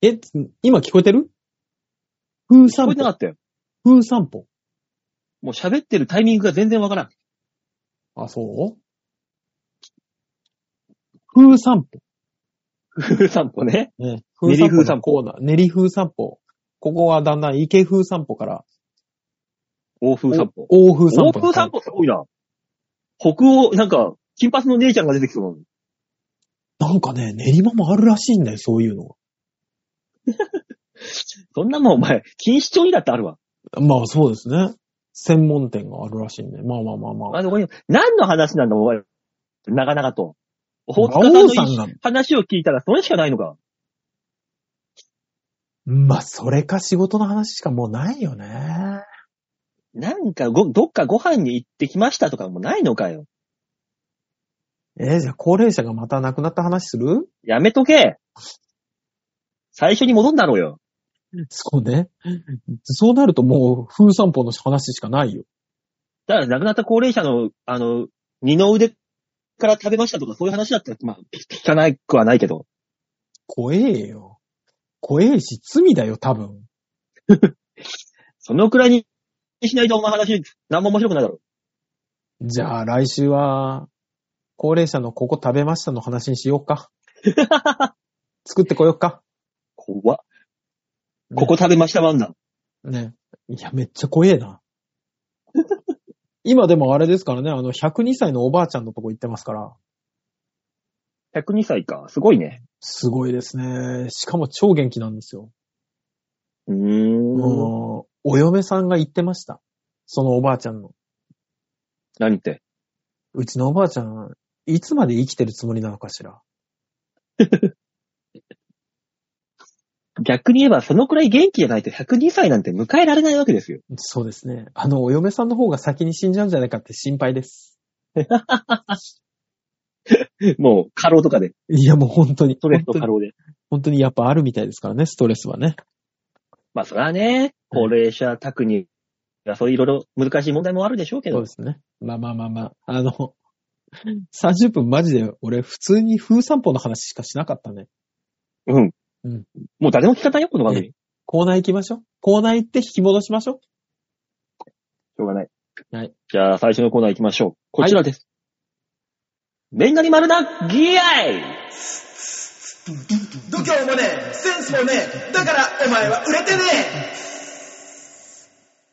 Speaker 3: え、今聞こえてる風
Speaker 2: う。聞
Speaker 3: 散
Speaker 2: こえてなか
Speaker 3: 歩。
Speaker 2: ったよ。
Speaker 3: 風散歩。
Speaker 2: もう喋ってるタイミングが全然わからん。
Speaker 3: あ、そう風散歩。
Speaker 2: 風散歩ね。
Speaker 3: ね、
Speaker 2: 練り風散
Speaker 3: 歩のコーナー。練り風散歩。ここはだんだん池風散歩から、
Speaker 2: 欧風散歩。
Speaker 3: お大風散
Speaker 2: 欧
Speaker 3: 歩。
Speaker 2: 風散歩すごいな。北欧、なんか、金髪の姉ちゃんが出てきそうなの。
Speaker 3: なんかね、練馬もあるらしいんだよ、そういうのが。
Speaker 2: そんなもんお前、錦糸町にだってあるわ。
Speaker 3: まあそうですね。専門店があるらしいんで。まあまあまあま
Speaker 2: あ
Speaker 3: あ。
Speaker 2: の、これ何の話なんだ、お前。長々と。大塚
Speaker 3: 馬王
Speaker 2: さ
Speaker 3: さ
Speaker 2: ん
Speaker 3: ん
Speaker 2: の
Speaker 3: が
Speaker 2: 話を聞いたら、それしかないのか。
Speaker 3: まあそれか仕事の話しかもうないよね。
Speaker 2: なんかご、どっかご飯に行ってきましたとかもないのかよ。
Speaker 3: えーじゃあ高齢者がまた亡くなった話する
Speaker 2: やめとけ。最初に戻んだろうよ。
Speaker 3: そうね。そうなるともう風散歩の話しかないよ。
Speaker 2: だから亡くなった高齢者の、あの、二の腕から食べましたとかそういう話だったら、まあ、聞かないくはないけど。
Speaker 3: 怖えよ。怖えし罪だよ多分。
Speaker 2: そのくらいにしないとお前話、何も面白くないだろう。
Speaker 3: じゃあ来週は、高齢者のここ食べましたの話にしよ
Speaker 2: [laughs]
Speaker 3: うか。作ってこようか。
Speaker 2: 怖っ。ここ食べましたワンダ。
Speaker 3: ね。いや、めっちゃ怖えな。 [laughs] 今でもあれですからね、あの、102歳のおばあちゃんのとこ行ってますから、
Speaker 2: 102歳か。すごいね。
Speaker 3: すごいですね。しかも超元気なんですよ。
Speaker 2: うーん。
Speaker 3: もうお嫁さんが言ってました。そのおばあちゃんの。
Speaker 2: 何言って。
Speaker 3: うちのおばあちゃん、いつまで生きてるつもりなのかしら。
Speaker 2: 逆に言えば、そのくらい元気じゃないと102歳なんて迎えられないわけですよ。
Speaker 3: そうですね。あの、お嫁さんの方が先に死んじゃうんじゃないかって心配です。
Speaker 2: もう、過労とかで。
Speaker 3: いや、もう本当に。
Speaker 2: ストレスと
Speaker 3: 本
Speaker 2: 過
Speaker 3: 当に
Speaker 2: 労で。
Speaker 3: 本当にやっぱあるみたいですからね、ストレスはね。
Speaker 2: まあ、それはね、高齢者宅に、いやそういういろいろ難しい問題もあるでしょうけ
Speaker 3: そう
Speaker 2: ど
Speaker 3: で、すね。まあまあまあまあ。あの、30分マジで俺普通に風散歩の話しかしなかったね。
Speaker 2: うん。
Speaker 3: うん
Speaker 2: もう誰も聞かないよ、この番組。
Speaker 3: えコーナー行きましょう。コーナー行って引き戻しましょう。
Speaker 2: しょうがない。
Speaker 3: はい。
Speaker 2: じゃあ、最初のコーナー行きましょう。こちらです。ベンガリ丸なギアイ
Speaker 1: 度胸もねえセンスもねえだからお前は売れてねえ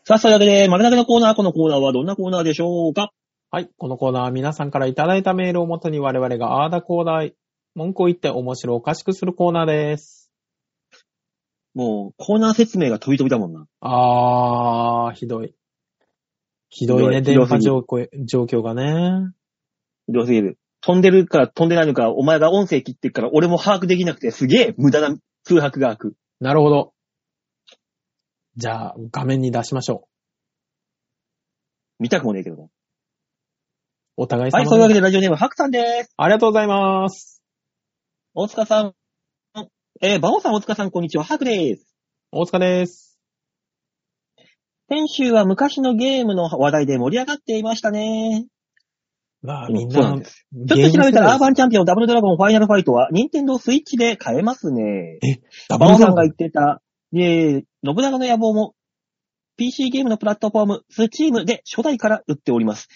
Speaker 2: さあ、そういうわけで、丸投げのコーナー、このコーナーはどんなコーナーでしょうか
Speaker 3: はい。このコーナーは皆さんからいただいたメールをもとに我々があーだコーナー、文句を言って面白おかしくするコーナーです。
Speaker 2: もう、コーナー説明が飛び飛びだもんな。
Speaker 3: あー、ひどい。ひどいね、
Speaker 2: ひどい
Speaker 3: 電波状況状況がね。
Speaker 2: ひどすぎる。飛んでるか飛んでないのか、お前が音声切ってるから、俺も把握できなくて、すげえ無駄な空白が開く。
Speaker 3: なるほど。じゃあ、画面に出しましょ
Speaker 2: 見たくもねえけどな。
Speaker 3: う。お互い様
Speaker 2: は
Speaker 3: に、
Speaker 2: い、そういうわけで、ラジオネーム、ハクさんです。
Speaker 3: ありがとうございます。
Speaker 2: 大塚さん。えー、バオさん、大塚さん、こんにちは。ハクです。
Speaker 3: 大塚です。
Speaker 2: 先週は昔のゲームの話題で盛り上がっていましたね。
Speaker 3: まあ、
Speaker 2: うん
Speaker 3: みん
Speaker 2: そうな
Speaker 3: なん
Speaker 2: で、ちょっと調べたら、アーバ
Speaker 3: ン、
Speaker 2: ンチャンピオン、ダブルドラゴン、ファイナルファイトは、任天堂スイッチで買えますね。
Speaker 3: ダブ
Speaker 2: バ
Speaker 3: ル
Speaker 2: オ
Speaker 3: ド
Speaker 2: さ
Speaker 3: ラ
Speaker 2: ん
Speaker 3: ゴ
Speaker 2: が
Speaker 3: ン
Speaker 2: 言ってた、えー、信長の野望も、PC ゲームのプラットフォーム、スチームで初代から売っております。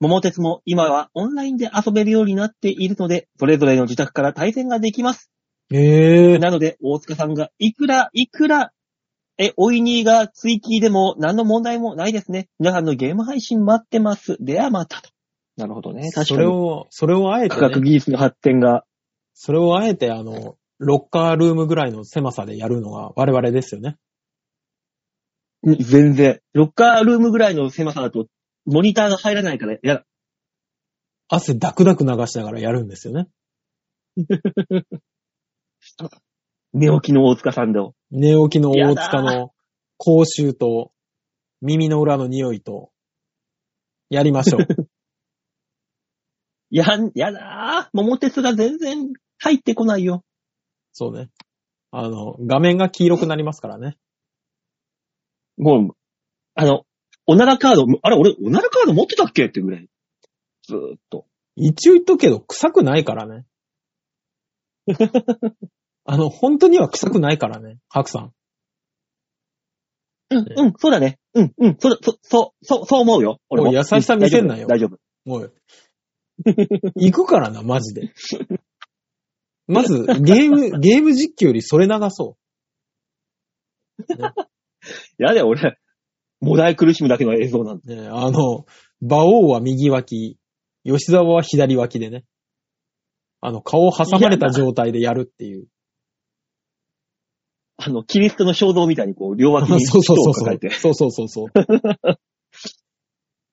Speaker 2: 桃鉄も今はオンラインで遊べるようになっているので、それぞれの自宅から対戦ができます。
Speaker 3: ええ
Speaker 2: なので、大塚さんが、いくら、いくら、え、おいにが追記でも何の問題もないですね。皆さんのゲーム配信待ってます。ではまたと。なるほどね。確
Speaker 3: そ
Speaker 2: か
Speaker 3: れ
Speaker 2: に。
Speaker 3: を、それをあえて
Speaker 2: 科
Speaker 3: ね、
Speaker 2: 学技術の発展が、
Speaker 3: それをあえて、あの、ロッカールームぐらいの狭さでやるのが我々ですよね。
Speaker 2: うん全然。ロッカールームぐらいの狭さだと、モニターが入らないから、やだ。
Speaker 3: 汗ダクダク流しながらやるんです
Speaker 2: [laughs]
Speaker 3: よね。
Speaker 2: 寝起きの大塚さんだよ。
Speaker 3: 寝起きの大塚の口臭と耳の裏の匂いと、やりま
Speaker 2: [laughs]
Speaker 3: しょう。
Speaker 2: やん、やだー。桃鉄が全然入ってこないよ。
Speaker 3: そうね。あの、画面が黄色くなりますからね。
Speaker 2: もう、あの、おならカード、あれ、俺、おならカード持ってたっけってぐらい。ずーっと。
Speaker 3: 一応言っとくけど、臭くないからね。 [laughs] あの、本当には臭くないからね、ハクさん。
Speaker 2: うん、うん、そうだね。うん、うん、そうだ、そ、そう、そう、そう思うよ。俺も。
Speaker 3: おい優しさ見せんなよ
Speaker 2: う大丈夫。
Speaker 3: おい。行くからな、マジで。まず、ゲーム、 [laughs] ゲーム実況よりそれ流そう。
Speaker 2: やだよ、俺。もだえ苦しむだけの映像なんだ。
Speaker 3: ね、あの、馬王は右脇、吉沢は左脇でね。あの、顔を挟まれた状態でやるっていう。
Speaker 2: あの、キリストの肖像みたいにこう、両脇
Speaker 3: そう
Speaker 2: に
Speaker 3: そう
Speaker 2: 人
Speaker 3: そう
Speaker 2: を
Speaker 3: そ
Speaker 2: 抱
Speaker 3: う
Speaker 2: えて。。
Speaker 3: そうそうそう [laughs] そう。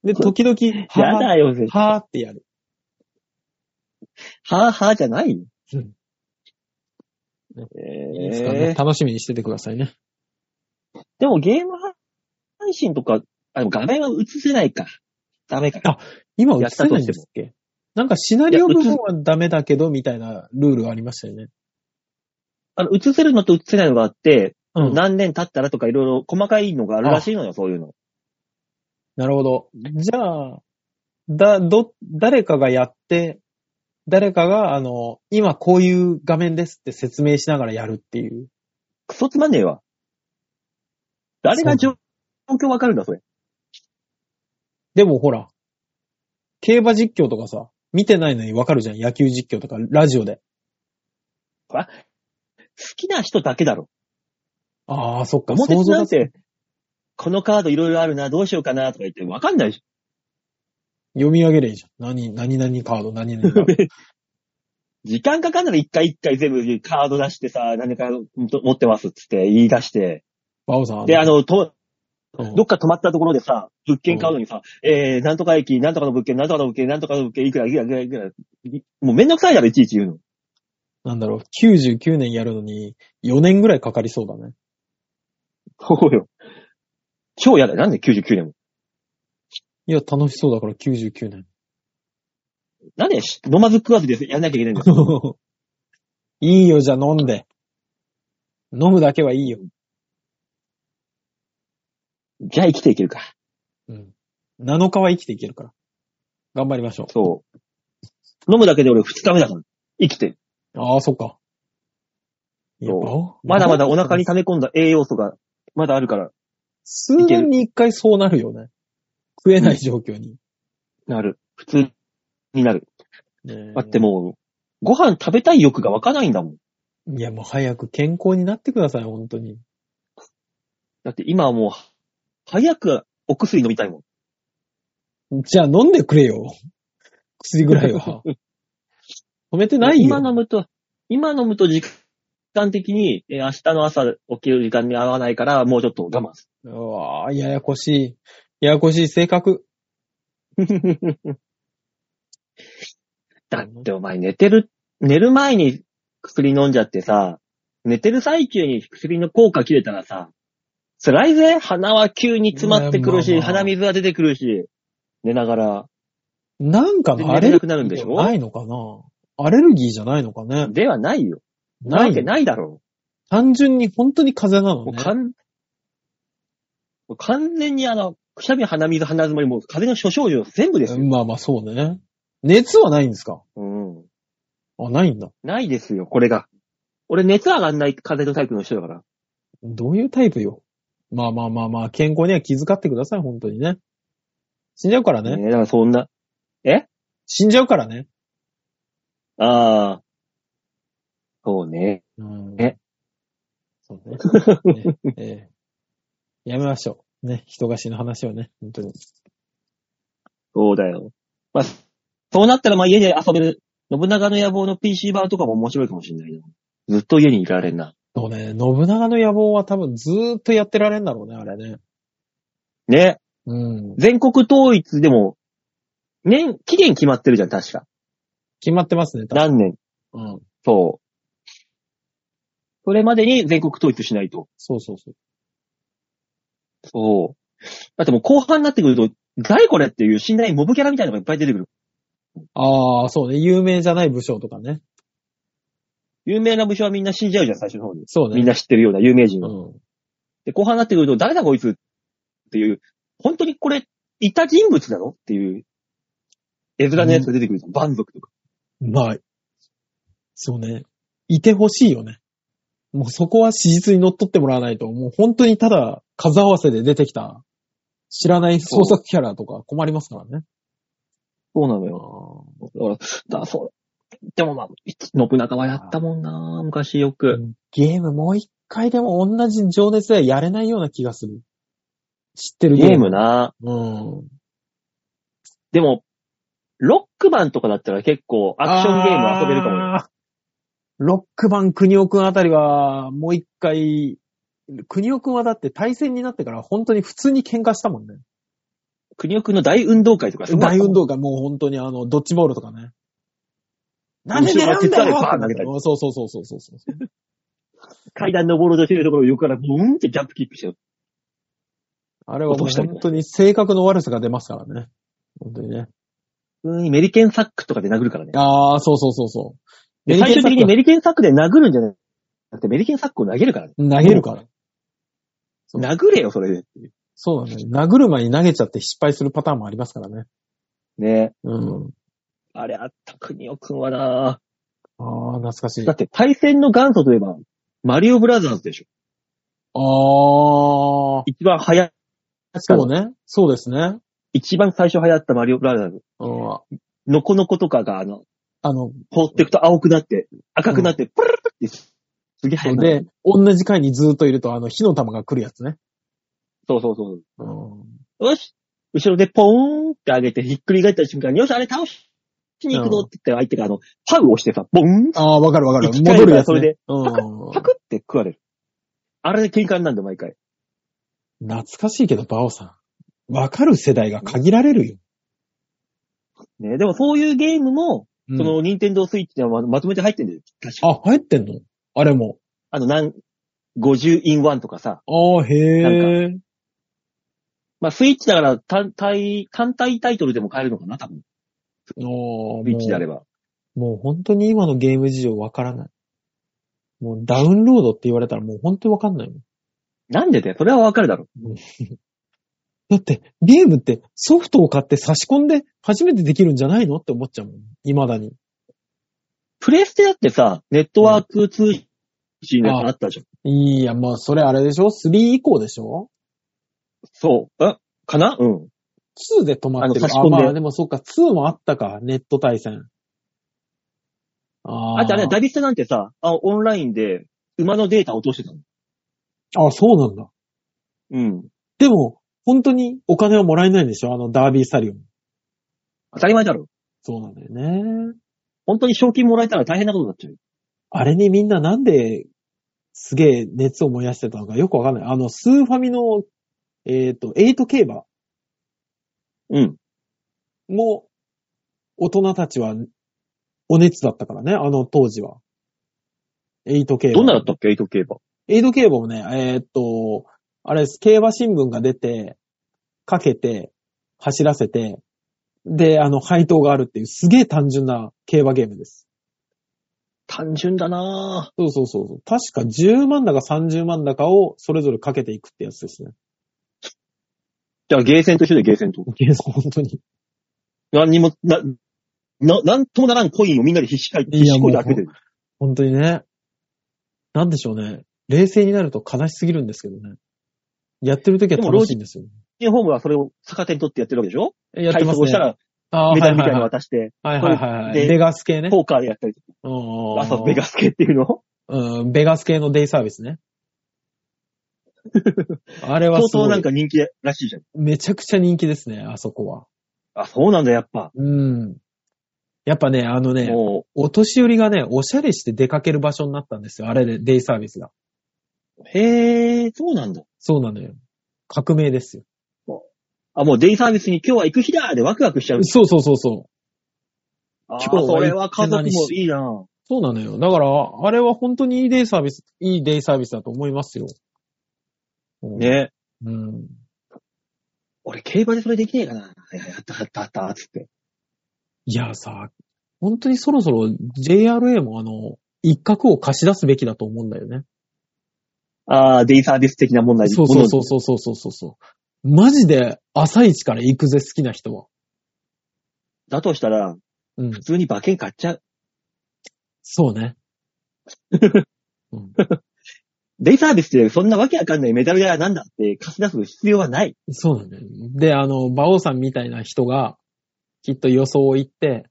Speaker 3: で、時々、
Speaker 2: や
Speaker 3: は
Speaker 2: だよ、ぜ
Speaker 3: ー、はーってやる。
Speaker 2: はぁはぁじゃないの
Speaker 3: うんねいつか
Speaker 2: え
Speaker 3: ね、
Speaker 2: ー
Speaker 3: 楽しみにしててくださいね。
Speaker 2: でもゲーム配信とか、あ、でも画面は映せないか。ダメか。
Speaker 3: 今映
Speaker 2: やっ
Speaker 3: せ
Speaker 2: た
Speaker 3: な
Speaker 2: と
Speaker 3: いん
Speaker 2: して
Speaker 3: です
Speaker 2: も
Speaker 3: っ。けなんかシナリオ部分はダメだけど、みたいなルールがありましたよね。
Speaker 2: あの、映せるのと映せないのがあって、
Speaker 3: うん。
Speaker 2: 何年経ったらとかいろいろ細かいのがあるらしいのよ、そういうの。
Speaker 3: なるほど。じゃあ、だ、ど、誰かがやって、誰かが、あの、今こういう画面ですって説明しながらやるっていう。
Speaker 2: クソつまんねえわ。誰が状状況わかるんだ、それ。
Speaker 3: でもほら、競馬実況とかさ、見てないのにわかるじゃん。野球実況とか、ラジオで。
Speaker 2: 好きな人だけだろ。
Speaker 3: ああ、そっか、
Speaker 2: 表
Speaker 3: 想像
Speaker 2: な
Speaker 3: だ
Speaker 2: んて、このカードいろいろあるな、どうしようかな、とか言って、わかんないし。
Speaker 3: 読み上げればいいじゃん。何、何々カード、何々カー [laughs] ド。
Speaker 2: 時間かかんなら一回一回全部カード出してさ、何か持ってますっつって言い出して。
Speaker 3: バオさん。
Speaker 2: で、あの、と、
Speaker 3: うん、
Speaker 2: どっか止まったところでさ、物件買うのにさ、えー、なんとか駅、なんとかの物件、なんとかの物件、なんとかの物件、いくら、いくら、いくら、いくら。もうめんどくさいだろ、いちいち言うの。
Speaker 3: なんだろう、99年やるのに4年ぐらいかかりそうだね。
Speaker 2: そうよ。超嫌だよ。なんで99年も。
Speaker 3: いや、楽しそうだから99年。
Speaker 2: なんでし飲まず食わずでやんなきゃいけないんだよ。
Speaker 3: いいよ、じゃあ飲んで。飲むだけはいいよ。
Speaker 2: じゃあ生きていけるか。
Speaker 3: うん。7日は生きていけるから。頑張りましょ
Speaker 2: そう。飲むだけで俺2日目だから。生きてる。
Speaker 3: う。ああ、そっか。いや
Speaker 2: そう
Speaker 3: バオ
Speaker 2: まだまだお腹に溜め込んだ栄養素がまだあるから、
Speaker 3: 数年に一回そうなるよね。食えない状況に。
Speaker 2: なる。普通になる。
Speaker 3: ねえ
Speaker 2: だってもう、ご飯食べたい欲が湧かないんだもん。
Speaker 3: いや、もう早く健康になってください、本当に。
Speaker 2: だって今はもう、早くお薬飲みたいもん。
Speaker 3: じゃあ飲んでくれよ。薬ぐら
Speaker 2: [laughs]
Speaker 3: いは。止めてないよ。
Speaker 2: 今飲むと、今飲むと時間的に、えー明日の朝起きる時間に合わないから、もうちょっと我慢す
Speaker 3: うわぁ、ややこしい。ややこしい性格。
Speaker 2: る。だってお前寝てる、寝る前に薬飲んじゃってさ、寝てる最中に薬の効果切れたらさ、辛いぜ鼻は急に詰まってくる
Speaker 3: い
Speaker 2: し、
Speaker 3: やまあまあ
Speaker 2: 鼻水は出てくるし、寝ながら。
Speaker 3: なんかのアレ
Speaker 2: で寝れな
Speaker 3: ルギ
Speaker 2: くなるんでし
Speaker 3: ー
Speaker 2: ょ
Speaker 3: ないのかなアレルギーじゃないのかね
Speaker 2: ではないよ。な
Speaker 3: な
Speaker 2: わけ
Speaker 3: い。
Speaker 2: ないだろ
Speaker 3: 単純に本当に風邪な
Speaker 2: う。も
Speaker 3: の
Speaker 2: う
Speaker 3: ね。
Speaker 2: 完もう完全にあの、くしゃみ、鼻水、鼻詰まり、もう風邪の諸症状全部ですよ。
Speaker 3: まあまあそうね。熱はないんですか
Speaker 2: うん。
Speaker 3: あ、ないんだ。
Speaker 2: ないですよ、これが。俺、熱上がんない風邪のタイプの人だから。
Speaker 3: どういうタイプよ。まあまあまあまあ、健康には気遣ってください、本当にね。死んじゃうからね。
Speaker 2: ねだからそんな。
Speaker 3: 死んじゃうからね。
Speaker 2: ああ。そうね。
Speaker 3: うん
Speaker 2: え
Speaker 3: そうね。 [laughs] ねええやめましょう。ね、人が死ぬ話はね、本当に。
Speaker 2: そうだよ。まあ、そうなったら、まあ家で遊べる、信長の野望の PC 版とかも面白いかもしれないな。ずっと家にいられんな。
Speaker 3: そうね、信長の野望は多分ずーっとやってられんだろうね、あれね。
Speaker 2: ね。
Speaker 3: うん。
Speaker 2: 全国統一でも、年、期限決まってるじゃん、確か。
Speaker 3: 決まってますね、多
Speaker 2: 何
Speaker 3: 分
Speaker 2: 年。
Speaker 3: うん。
Speaker 2: そう。それまでに全国統一しないと。
Speaker 3: そうそうそう。
Speaker 2: そう。だってもう後半になってくると、誰これっていう信頼モブキャラみたいなのがいっぱい出てくる。
Speaker 3: ああ、そうね、有名じゃない武将とかね。
Speaker 2: 有名な武将はみんな死んじゃうじゃん、最初の方に。
Speaker 3: そうね。
Speaker 2: みんな知ってるような有名人
Speaker 3: う
Speaker 2: は。
Speaker 3: ん。
Speaker 2: で、後半になってくると、誰だこいつっていう、本当にこれ、いた人物なのっていう、絵面のやつが出てくるじゃん。蛮族とか。
Speaker 3: まあ、そうね。いてほしいよね。もうそこは史実に則っってもらわないと、もう本当にただ数合わせで出てきた、知らない創作キャラとか困りますからね。
Speaker 2: そうなのよな。だから、だそう。でもまあ、信長はやったもんな昔よく。
Speaker 3: ゲームもう一回でも同じ情熱ではやれないような気がする。知ってる
Speaker 2: ゲーム。な
Speaker 3: うん。
Speaker 2: でも、ロックマンとかだったら結構アクションゲーム遊べるかもよ。
Speaker 3: あーロックバンクニオくんあたりは、もう一回国尾くんはだって対戦になってから本当に普通に喧嘩した
Speaker 2: [laughs]
Speaker 3: もんね。
Speaker 2: 国尾くんの大運動会とかすごかった
Speaker 3: 大運動会もう本当にあの、ドッジボールとかね。なんで
Speaker 2: 後ろから
Speaker 3: 狙うんだ
Speaker 2: 鉄
Speaker 3: よ
Speaker 2: アレバーン投げたり
Speaker 3: そうそうそうそうそうそう。
Speaker 2: 階段登ろうとしてるところを横からブーンってジャンプキックしちゃう。
Speaker 3: あれはも
Speaker 2: 落
Speaker 3: う
Speaker 2: としたり
Speaker 3: 本当に性格の悪さが出ますからね。本当にね。
Speaker 2: 普通にメリケンサックとかで殴るからね。
Speaker 3: ああ、そうそうそうそう。
Speaker 2: 最終的に
Speaker 3: メ
Speaker 2: メリケンサックで殴るんじゃないだってメリケンサックを投げるからね。
Speaker 3: 投げるから。そう
Speaker 2: 殴れよ、それで。
Speaker 3: そうなんだよ。殴る前に投げちゃって失敗するパターンもありますからね。
Speaker 2: ね
Speaker 3: うん。
Speaker 2: あれあった、国尾くんはな
Speaker 3: ああ、懐かしい。
Speaker 2: だ
Speaker 3: あ
Speaker 2: って対戦の元祖といえば、マリオブラザーズでしょ。
Speaker 3: あ。
Speaker 2: 一番流行っ
Speaker 3: そうね。そうですね。
Speaker 2: 一番最初流行ったマリオブラザーズ。
Speaker 3: うん。
Speaker 2: ノコノコとかが、あの、
Speaker 3: あの、
Speaker 2: 放っていくと青くなって、赤くなって、プルルルってす、すげえ速くなる。
Speaker 3: で、同じ回にずーっといると、あの、火の玉が来るやつね。
Speaker 2: そうそうそう。
Speaker 3: うん。
Speaker 2: よし後ろでポーンって上げてひっくり返った瞬間に、よしあれ倒しに行くぞって言って相手があの、パウをしてさ、ボン
Speaker 3: ああ、わかるわかる。
Speaker 2: 一回は
Speaker 3: 戻るやつ、ね。
Speaker 2: それで
Speaker 3: [laughs] うん。
Speaker 2: パクって食われる。あれで喧嘩になるんだよ、毎回。
Speaker 3: 懐かしいけど、バオさん。わかる世代が限られるよ。
Speaker 2: ね、でもそういうゲームも、
Speaker 3: う
Speaker 2: その、ニンテンドースイッチにはままとめて入ってんだよ。確か
Speaker 3: あ、入ってんのあれも。
Speaker 2: あの、なん、50 in 1とかさ。
Speaker 3: ああ、へえ。
Speaker 2: まあ、スイッチだから単体、単体タイトルでも買えるのかな、多分。
Speaker 3: ああ、も
Speaker 2: スイッチであれ
Speaker 3: う、
Speaker 2: ば。
Speaker 3: もう本当に今のゲーム事情わからない。もうダウンロードって言われたらもう本当にわかんないもん。
Speaker 2: なんでだよ、それはわかるだろ。
Speaker 3: だって、ゲームってソフトを買って差し込んで初めてできるんじゃないのって思っちゃうもん。未だに。
Speaker 2: プレステだってさ、ネットワーク通信のやつあったじゃん。
Speaker 3: いや、まあ、それあれでしょ ?3 以降でしょ
Speaker 2: そう。えかなうん。
Speaker 3: 2で止まってる。
Speaker 2: あの差し込んで
Speaker 3: あ、まあ、でもそっか、2もあったか、ネット対戦。あー
Speaker 2: あとあれ、ダビステなんてさ、あオンラインで馬のデータ落としてたの。
Speaker 3: あ、そうなんだ。
Speaker 2: うん。
Speaker 3: でも、本当にお金はもらえないんでしょあの、ダービースタリオン。
Speaker 2: 当たり前だろ。
Speaker 3: そうなんだよね。
Speaker 2: 本当に賞金もらえたら大変なことになっちゃうよ。
Speaker 3: あれにみんななんで、すげえ熱を燃やしてたのかよくわかんない。あの、スーファミの、えっ、と、8競馬
Speaker 2: うん。
Speaker 3: も、大人たちは、お熱だったからね、あの当時は。8競馬。
Speaker 2: どんなだったっけ、エイト競馬。
Speaker 3: エイド競馬もね、えーっと、あれです、競馬新聞が出て、かけて、走らせて、で、あの、配当があるっていう、すげえ単純な競馬ゲームです。
Speaker 2: 単純だなぁ。
Speaker 3: そうそうそうそう。確か10万だか30万だかをそれぞれかけていくってやつですね。
Speaker 2: じゃあ、ゲーセンと一緒でゲーセンと。
Speaker 3: ゲーム本当に。
Speaker 2: 何にも、な、な、なんともならんコインをみんなで必死かい、
Speaker 3: い
Speaker 2: 必
Speaker 3: や
Speaker 2: 死こいで開けてる。
Speaker 3: 本当にね。なんでしょうね。冷静になると悲しすぎるんですけどね。やってる時は楽しいんですよ。
Speaker 2: 日本ホームはそれを逆手に取ってやってるわけでしょ
Speaker 3: やってます
Speaker 2: を
Speaker 3: ね。
Speaker 2: したら、
Speaker 3: あー
Speaker 2: メダルみ
Speaker 3: は
Speaker 2: たい
Speaker 3: い
Speaker 2: なの
Speaker 3: はい
Speaker 2: 渡して、
Speaker 3: はいはいはいはい。
Speaker 2: で
Speaker 3: ベガス系ね。
Speaker 2: ポーカーでやったりとか。
Speaker 3: あ
Speaker 2: 朝ベガス系っていうの
Speaker 3: うん、ベガス系のデイサービスね。あれは
Speaker 2: 相
Speaker 3: すご
Speaker 2: 当
Speaker 3: い
Speaker 2: なんか人気らしいじゃん。
Speaker 3: めちゃくちゃ人気ですね、あそこは。
Speaker 2: あ、そうなんだ、やっぱ。
Speaker 3: うん。やっぱね、あのね、
Speaker 2: も
Speaker 3: お年寄りがね、おしゃれして出かける場所になったんですよ、あれで、デイサービスが。
Speaker 2: う、へえ、そうなんだ。
Speaker 3: そうなのよ。革命ですよ。
Speaker 2: あ、もうデイサービスに今日は行く日だでワクワクしちゃう。
Speaker 3: そうそうそうそう。
Speaker 2: あ
Speaker 3: 今日は行
Speaker 2: ー、
Speaker 3: って
Speaker 2: それは家族もいいな
Speaker 3: そうなのよ。だから、あれは本当にいいデイサービス、いいデイサービスだと思いますよ。
Speaker 2: ね。
Speaker 3: うん。
Speaker 2: 俺、競馬でそれできねえかな。はいはい、あったあったあった、つって。
Speaker 3: いやさ、本当にそろそろ JRA もあの、一角を貸し出すべきだと思うんだよね。
Speaker 2: あー、デイサービス的な問題
Speaker 3: そうそうそうそうそうそうそうそう。マジで朝一から行くぜ、好きな人は。
Speaker 2: だとしたら、
Speaker 3: うん
Speaker 2: 普。通に馬券買っちゃう。
Speaker 3: そうね。
Speaker 2: デイサービスってそんなわけわかんないメダルやなんだって貸し出す必要はない。
Speaker 3: そうなんだよ。で、あの、馬王さんみたいな人が、きっと予想を言って、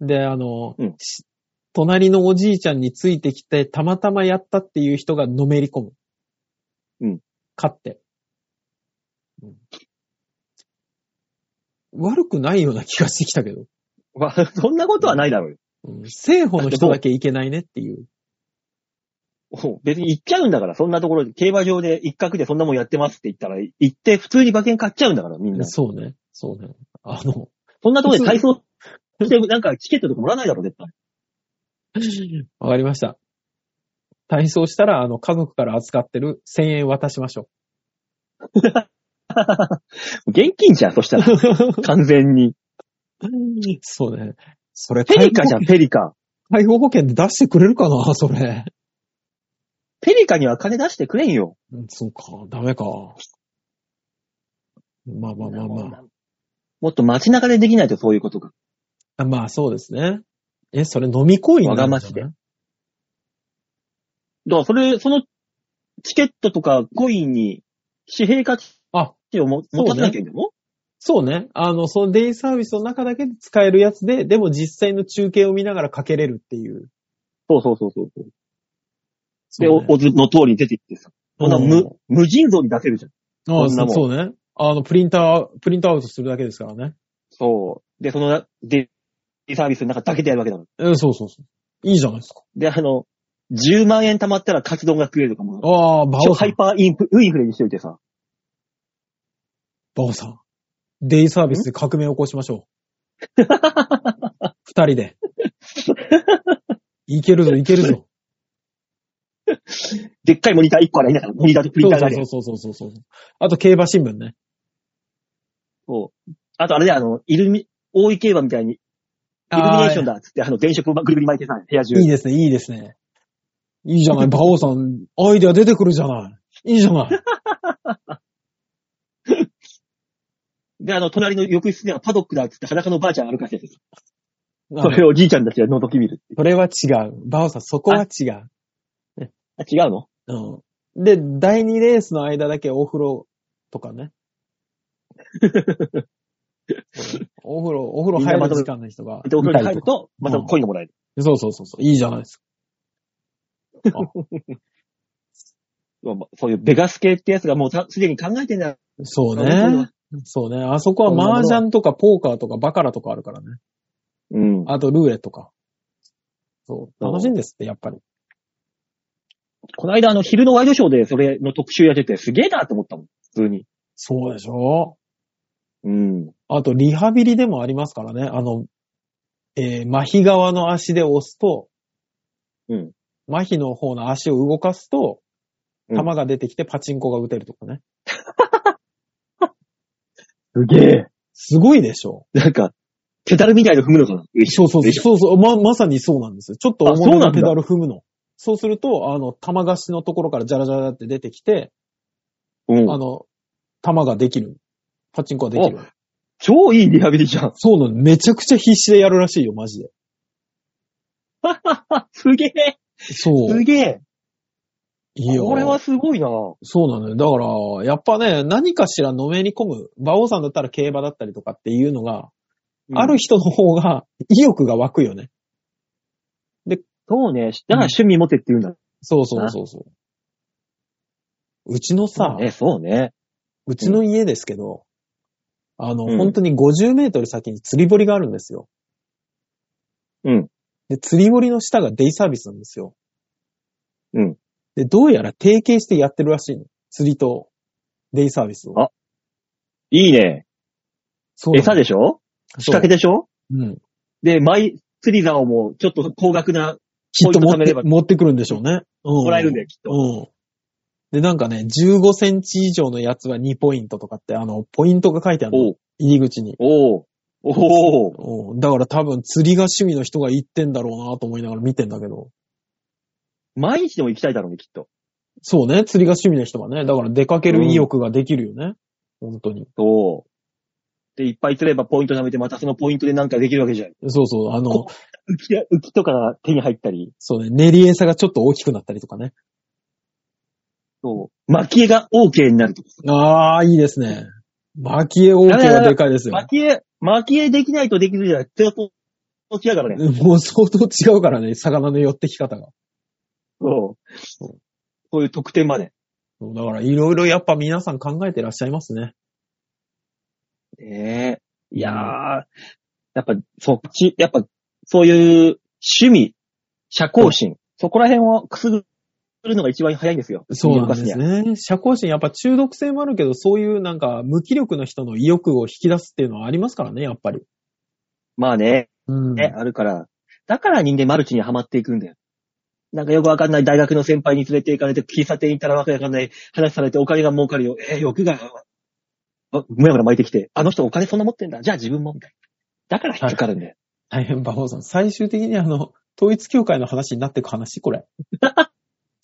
Speaker 3: で、あの、
Speaker 2: うん
Speaker 3: し隣のおじいちゃんについてきて、たまたまやったっていう人がのめり込む。
Speaker 2: うん。
Speaker 3: 勝って。うん悪くないような気がしてきたけど。
Speaker 2: まあ、そんなことはないだろうよ。
Speaker 3: うん、政府の人だけいけないねっていう。
Speaker 2: お別に行っちゃうんだから、そんなところで、競馬場で一角でそんなもんやってますって言ったら、行って普通に馬券買っちゃうんだから、みんな。そ
Speaker 3: そうね。そうね。あの、
Speaker 2: んなところで体操して、なんかチケットとかもらわないだろ、絶対。 [laughs]
Speaker 3: わかりました。体操したら、あの、家族から預かってる1000円渡しましょ
Speaker 2: 現金じゃん、そしたら。
Speaker 3: [laughs]
Speaker 2: 完全に。
Speaker 3: う。そうね。それ、
Speaker 2: ペリカじゃん、ペリカ。
Speaker 3: 介護保険で出してくれるかなそれ。
Speaker 2: ペリカには金出してくれんよ。
Speaker 3: うんそうか、ダメか。まあまあまあまあ。
Speaker 2: もっと街中でできないとそういうことが。
Speaker 3: あまあそうですね。え、それ飲み行為になるんじゃない
Speaker 2: わだから、それ、その、チケットとかコインに、紙幣価値
Speaker 3: あ
Speaker 2: をも
Speaker 3: そうね
Speaker 2: 持たせなきゃいけないの
Speaker 3: そうね。あの、そのデイサービスの中だけで使えるやつで、でも実際の中継を見ながらかけれるっていう。
Speaker 2: そうそうそうそう。で、
Speaker 3: そう
Speaker 2: お
Speaker 3: ね
Speaker 2: おずの通りに出ていってさ。そんな無、無尽蔵に出せるじゃん。
Speaker 3: ああ
Speaker 2: そんなもん
Speaker 3: そうね。あの、プリンター、プリントアウトするだけですからね。
Speaker 2: そう。で、その、デイサービスの中だけでやるわけだから。
Speaker 3: え、そうそうそう。いいじゃないですか。
Speaker 2: で、あの、10万円貯まったらカツ丼が食えるとかも。
Speaker 3: ああ、バ
Speaker 2: 超
Speaker 3: オ
Speaker 2: ハ
Speaker 3: さん
Speaker 2: イ。パーインフインフレにしといてさ。
Speaker 3: バオさん。デイサービスで革命を起こしましょう。二人で。いけるぞ、いけるぞ。
Speaker 2: でっかいモニター1個あらいいんだから、モニターとプリンターがある
Speaker 3: そうそうそうそうそうそう。あと、競馬新聞ね。
Speaker 2: そう。あとあれだよ、あの、イルミ、大井競馬みたいに、イルミネーションだっつって、あの、電飾をぐるぐる巻いてさ、部屋中。
Speaker 3: いいですね、いいですね。いいじゃない、馬王さん、アイデア出てくるじゃない。いいじゃない。
Speaker 2: で、あの、隣の浴室にはパドックだっつって裸のばあちゃん歩かせてさ、そ
Speaker 3: それ
Speaker 2: れをじいちゃんたちが覗き見るっていう。
Speaker 3: それは違う。馬王さん、そこは違う。
Speaker 2: あ、違うの
Speaker 3: うん。で、第2レースの間だけお風呂とか
Speaker 2: [laughs]
Speaker 3: ね。そうお風呂、お風呂入る時間の人がい
Speaker 2: で、お風呂に
Speaker 3: た
Speaker 2: 入
Speaker 3: り
Speaker 2: る
Speaker 3: とか。
Speaker 2: と、またコインがもらえる。
Speaker 3: そうそうそうそう。いいじゃないですか。あ
Speaker 2: そうそういうベガス系ってやつがもうさすでに考えてんだよ。
Speaker 3: そう
Speaker 2: そういう
Speaker 3: ね。そうね。あそこは麻雀とかポーカーとかバカラとかあるからね。
Speaker 2: うん。
Speaker 3: あとルーレとか。そう。
Speaker 2: そう
Speaker 3: 楽しいんですって、やっぱり。
Speaker 2: この間、あの、昼のワイドショーでそれの特集やってて、すげえなと思ったもん。普通に。
Speaker 3: そうでしょ
Speaker 2: うん。
Speaker 3: あと、リハビリでもありますからね。あの、えー、麻痺側の足で押すと、
Speaker 2: うん。
Speaker 3: 麻痺の方の足を動かすと、
Speaker 2: うん
Speaker 3: 球が出てきてパチンコが打てるとかね。
Speaker 2: すげえ。
Speaker 3: すごいでしょ
Speaker 2: なんか、ペダルみたいの踏むのかな
Speaker 3: そうそうそう。そうそう。ま、まさにそうなんですよ。ちょっと
Speaker 2: あ
Speaker 3: 重
Speaker 2: そ
Speaker 3: め
Speaker 2: うな
Speaker 3: の
Speaker 2: んだ
Speaker 3: ペダル踏むの。そうすると、あの、玉がしのところからジャラジャラって出てきて、
Speaker 2: う
Speaker 3: あ
Speaker 2: ん。
Speaker 3: の、玉ができる。パチンコができる。
Speaker 2: 超いいリハビリじゃん。 [laughs]
Speaker 3: そうなの。めちゃくちゃ必死でやるらしいよ、マジで。
Speaker 2: すげえ。
Speaker 3: そう。
Speaker 2: す
Speaker 3: い
Speaker 2: げえ。
Speaker 3: いよ
Speaker 2: これはすごいな
Speaker 3: そうなのよ。だから、やっぱね、何かしらのめり込む、馬王さんだったら競馬だったりとかっていうのが、ある人の方が意欲が湧くよね。
Speaker 2: そうね。だから趣味持てって言うんだ。
Speaker 3: そうそうそうそう。うちのさ、
Speaker 2: え、そうね。
Speaker 3: うちの家ですけど、あの、
Speaker 2: うん
Speaker 3: 本当に50メートル先に釣り堀があるんですよ。
Speaker 2: うん。
Speaker 3: で、釣り堀の下がデイサービスなんですよ。
Speaker 2: うん。
Speaker 3: で、どうやら提携してやってるらしいの。釣りとデイサービスを。
Speaker 2: あいいね。
Speaker 3: そうなの
Speaker 2: 餌でしょ仕掛けでしょ
Speaker 3: そううん。
Speaker 2: で、マイ釣り竿もちょっと高額な
Speaker 3: きっと持っ
Speaker 2: ポイント貯め
Speaker 3: て
Speaker 2: れば
Speaker 3: 持ってくるんでしょうね。うん。
Speaker 2: もらえるんだよ、きっと。
Speaker 3: うん。で、なんかね、15センチ以上のやつは2ポイントとかって、あの、ポイントが書いてあるの。
Speaker 2: おう
Speaker 3: 入り口に。
Speaker 2: おうおう
Speaker 3: うんだから多分釣りが趣味の人が行ってんだろうなと思いながら見てんだけど。
Speaker 2: 毎日でも行きたいだろうね、きっと。
Speaker 3: そうね、釣りが趣味の人がね。だから出かける意欲ができるよね。本当に。
Speaker 2: そう。で、いっぱい釣ればポイント貯めて、またそのポイントでなんかできるわけじゃん。
Speaker 3: そうそう、あの
Speaker 2: こ、浮き、浮きとかが手に入ったり、
Speaker 3: そうね、練り餌がちょっと大きくなったりとかね。
Speaker 2: そう。巻き絵が OK になるとか。
Speaker 3: ああ、いいですね。巻き絵 OK はでかいですよ。
Speaker 2: 巻き絵、巻き絵できないとできるじゃん。ちょっと、違うからね。
Speaker 3: もう相当違うからね、魚の寄ってき方が。
Speaker 2: そう。そういう特典まで。
Speaker 3: そうだからいろいろやっぱ皆さん考えてらっしゃいますね。
Speaker 2: ねえ。いやー、やっぱ、そっち、やっぱ、そういう趣味、社交心、そこら辺をくすぐるのが一番早いんですよ。
Speaker 3: そうなんですね。社交心、やっぱ中毒性もあるけど、そういうなんか無気力の人の意欲を引き出すっていうのはありますからね、やっぱり。
Speaker 2: まあね、
Speaker 3: うん。
Speaker 2: ね、あるから。だから人間マルチにはまっていくんだよ。なんかよくわかんない大学の先輩に連れて行かれて、喫茶店行ったらわけわかんない話されてお金が儲かるよ。えー欲が、あむやむや巻いてきて、あの人お金そんな持ってんだ。じゃあ自分も、みたいな。だから引っかかるんだよ。
Speaker 3: 大変、馬王さん。最終的にあの、統一教会の話になってく話 [laughs] これ。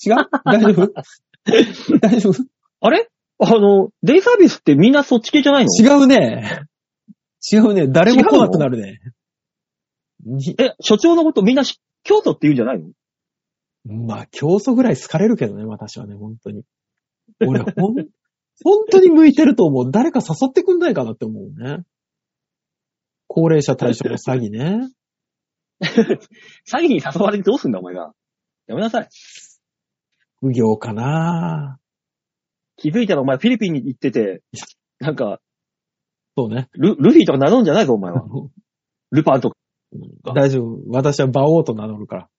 Speaker 3: 違う大丈 [laughs] 夫大丈夫
Speaker 2: あれあの、デイサービスってみんなそっち系じゃないの
Speaker 3: 違うね。違うね。誰も来なくなるね。に
Speaker 2: え、所長のことみんなし京都って言うんじゃないの
Speaker 3: まあ、競争ぐらい好かれるけどね、私はね、本当に。俺、ほん、 [laughs] 本当に向いてると思う。誰か誘ってくんないかなって思うね。高齢者対象の詐欺ね。
Speaker 2: 詐欺に誘われてどうすんだ、お前が。やめなさい。
Speaker 3: 不行かな
Speaker 2: 気づいたらお前フィリピンに行ってて、なんか、
Speaker 3: そうね。
Speaker 2: ル、ルフィとか名乗るんじゃないぞ、お前
Speaker 3: [laughs]
Speaker 2: は。ルパンとか。
Speaker 3: 大丈夫。私は馬王と名乗るから。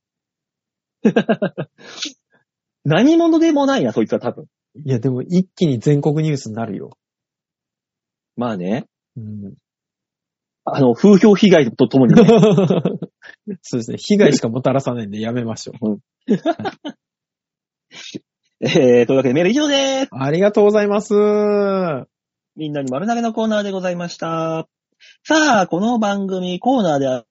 Speaker 2: 何者でもないな、そいつは多分。
Speaker 3: いや、でも一気に全国ニュースになるよ。
Speaker 2: まあね。
Speaker 3: [laughs] うん、
Speaker 2: あの、風評被害とともに、
Speaker 3: [laughs]
Speaker 2: ね、
Speaker 3: そうですね。被害しかもたらさないんでやめましょう。
Speaker 2: えー、というわけでメール以上です。
Speaker 3: ありがとうございます。
Speaker 2: みんなに丸投げのコーナーでございました。さあ、この番組コーナーでは、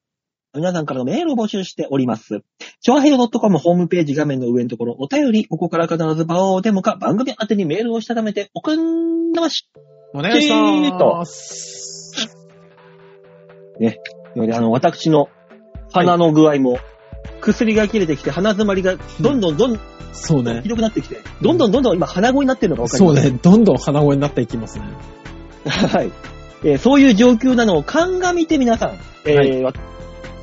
Speaker 2: 皆さんからのメールを募集しております。超平洋 .com ホームページ画面の上のところ、お便り、ここから必ず場をデモか番組宛てにメールをしたためて、おくんなまし。
Speaker 3: お願いします。
Speaker 2: よりあの、私の鼻の具合も、薬が切れてきて、鼻詰まりがどんどんどんどん
Speaker 3: そうね
Speaker 2: ひ。どくなってきて、どんどんどんどん今鼻声になってるのがわかり
Speaker 3: そ
Speaker 2: ま
Speaker 3: う
Speaker 2: す。
Speaker 3: ね。どんどん鼻声になっていきますね。
Speaker 2: はい。えーそういう状況なのを鑑みて皆さん、えー
Speaker 3: は
Speaker 2: わ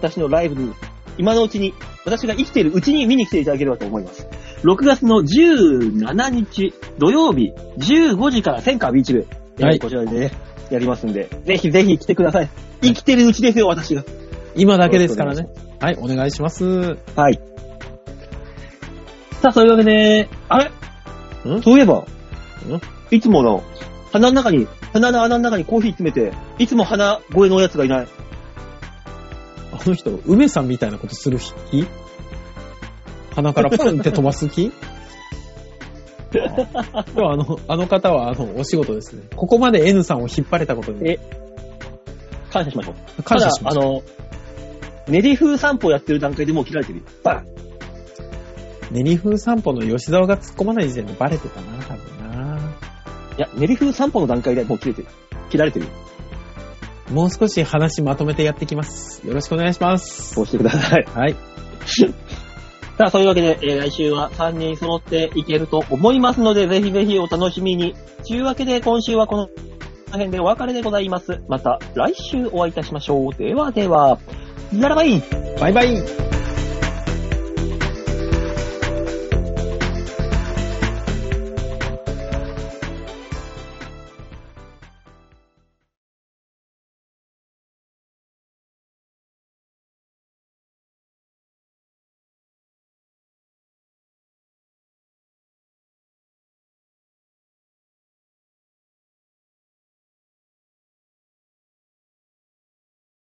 Speaker 2: 私のライブに、今のうちに、私が生きているうちに見に来ていただければと思います。6月の17日土曜日15時から千川ビーチ部、えー
Speaker 3: はい
Speaker 2: こちらでね、やりますんで、ぜひぜひ来てください。生きてるうちですよ、私が。
Speaker 3: 今だけですからね。はい、お願いします。
Speaker 2: はい。さあ、そういうわけで、あれ
Speaker 3: ん
Speaker 2: そういえば、いつもの、鼻の中に、鼻の穴の中にコーヒー詰めて、いつも鼻声のやつがいない。
Speaker 3: あの人、梅さんみたいなことする気鼻からプンって飛ばす [laughs] 気あでもあの、あの方は、あの、お仕事ですね。ここまで N さんを引っ張れたことに
Speaker 2: え感謝しましょう。
Speaker 3: 感謝しま
Speaker 2: た
Speaker 3: す
Speaker 2: だ、あ。の、練り風散歩やってる段階でもう切られてるよ。バン
Speaker 3: 練り風散歩の吉沢が突っ込まない時点でバレてたな、多分な。
Speaker 2: いや、練り風散歩の段階でもう切れてる。切られてる。
Speaker 3: もう少し話まとめてやってきます。よろしくお願いします。
Speaker 2: そうしてください。
Speaker 3: はい。
Speaker 2: [laughs] さあ、そういうわけで、えー来週は3人揃っていけると思いますので、ぜひぜひお楽しみに。というわけで、今週はこの辺でお別れでございます。また来週お会いいたしましょう。ではでは、ならばいい
Speaker 3: バイバイ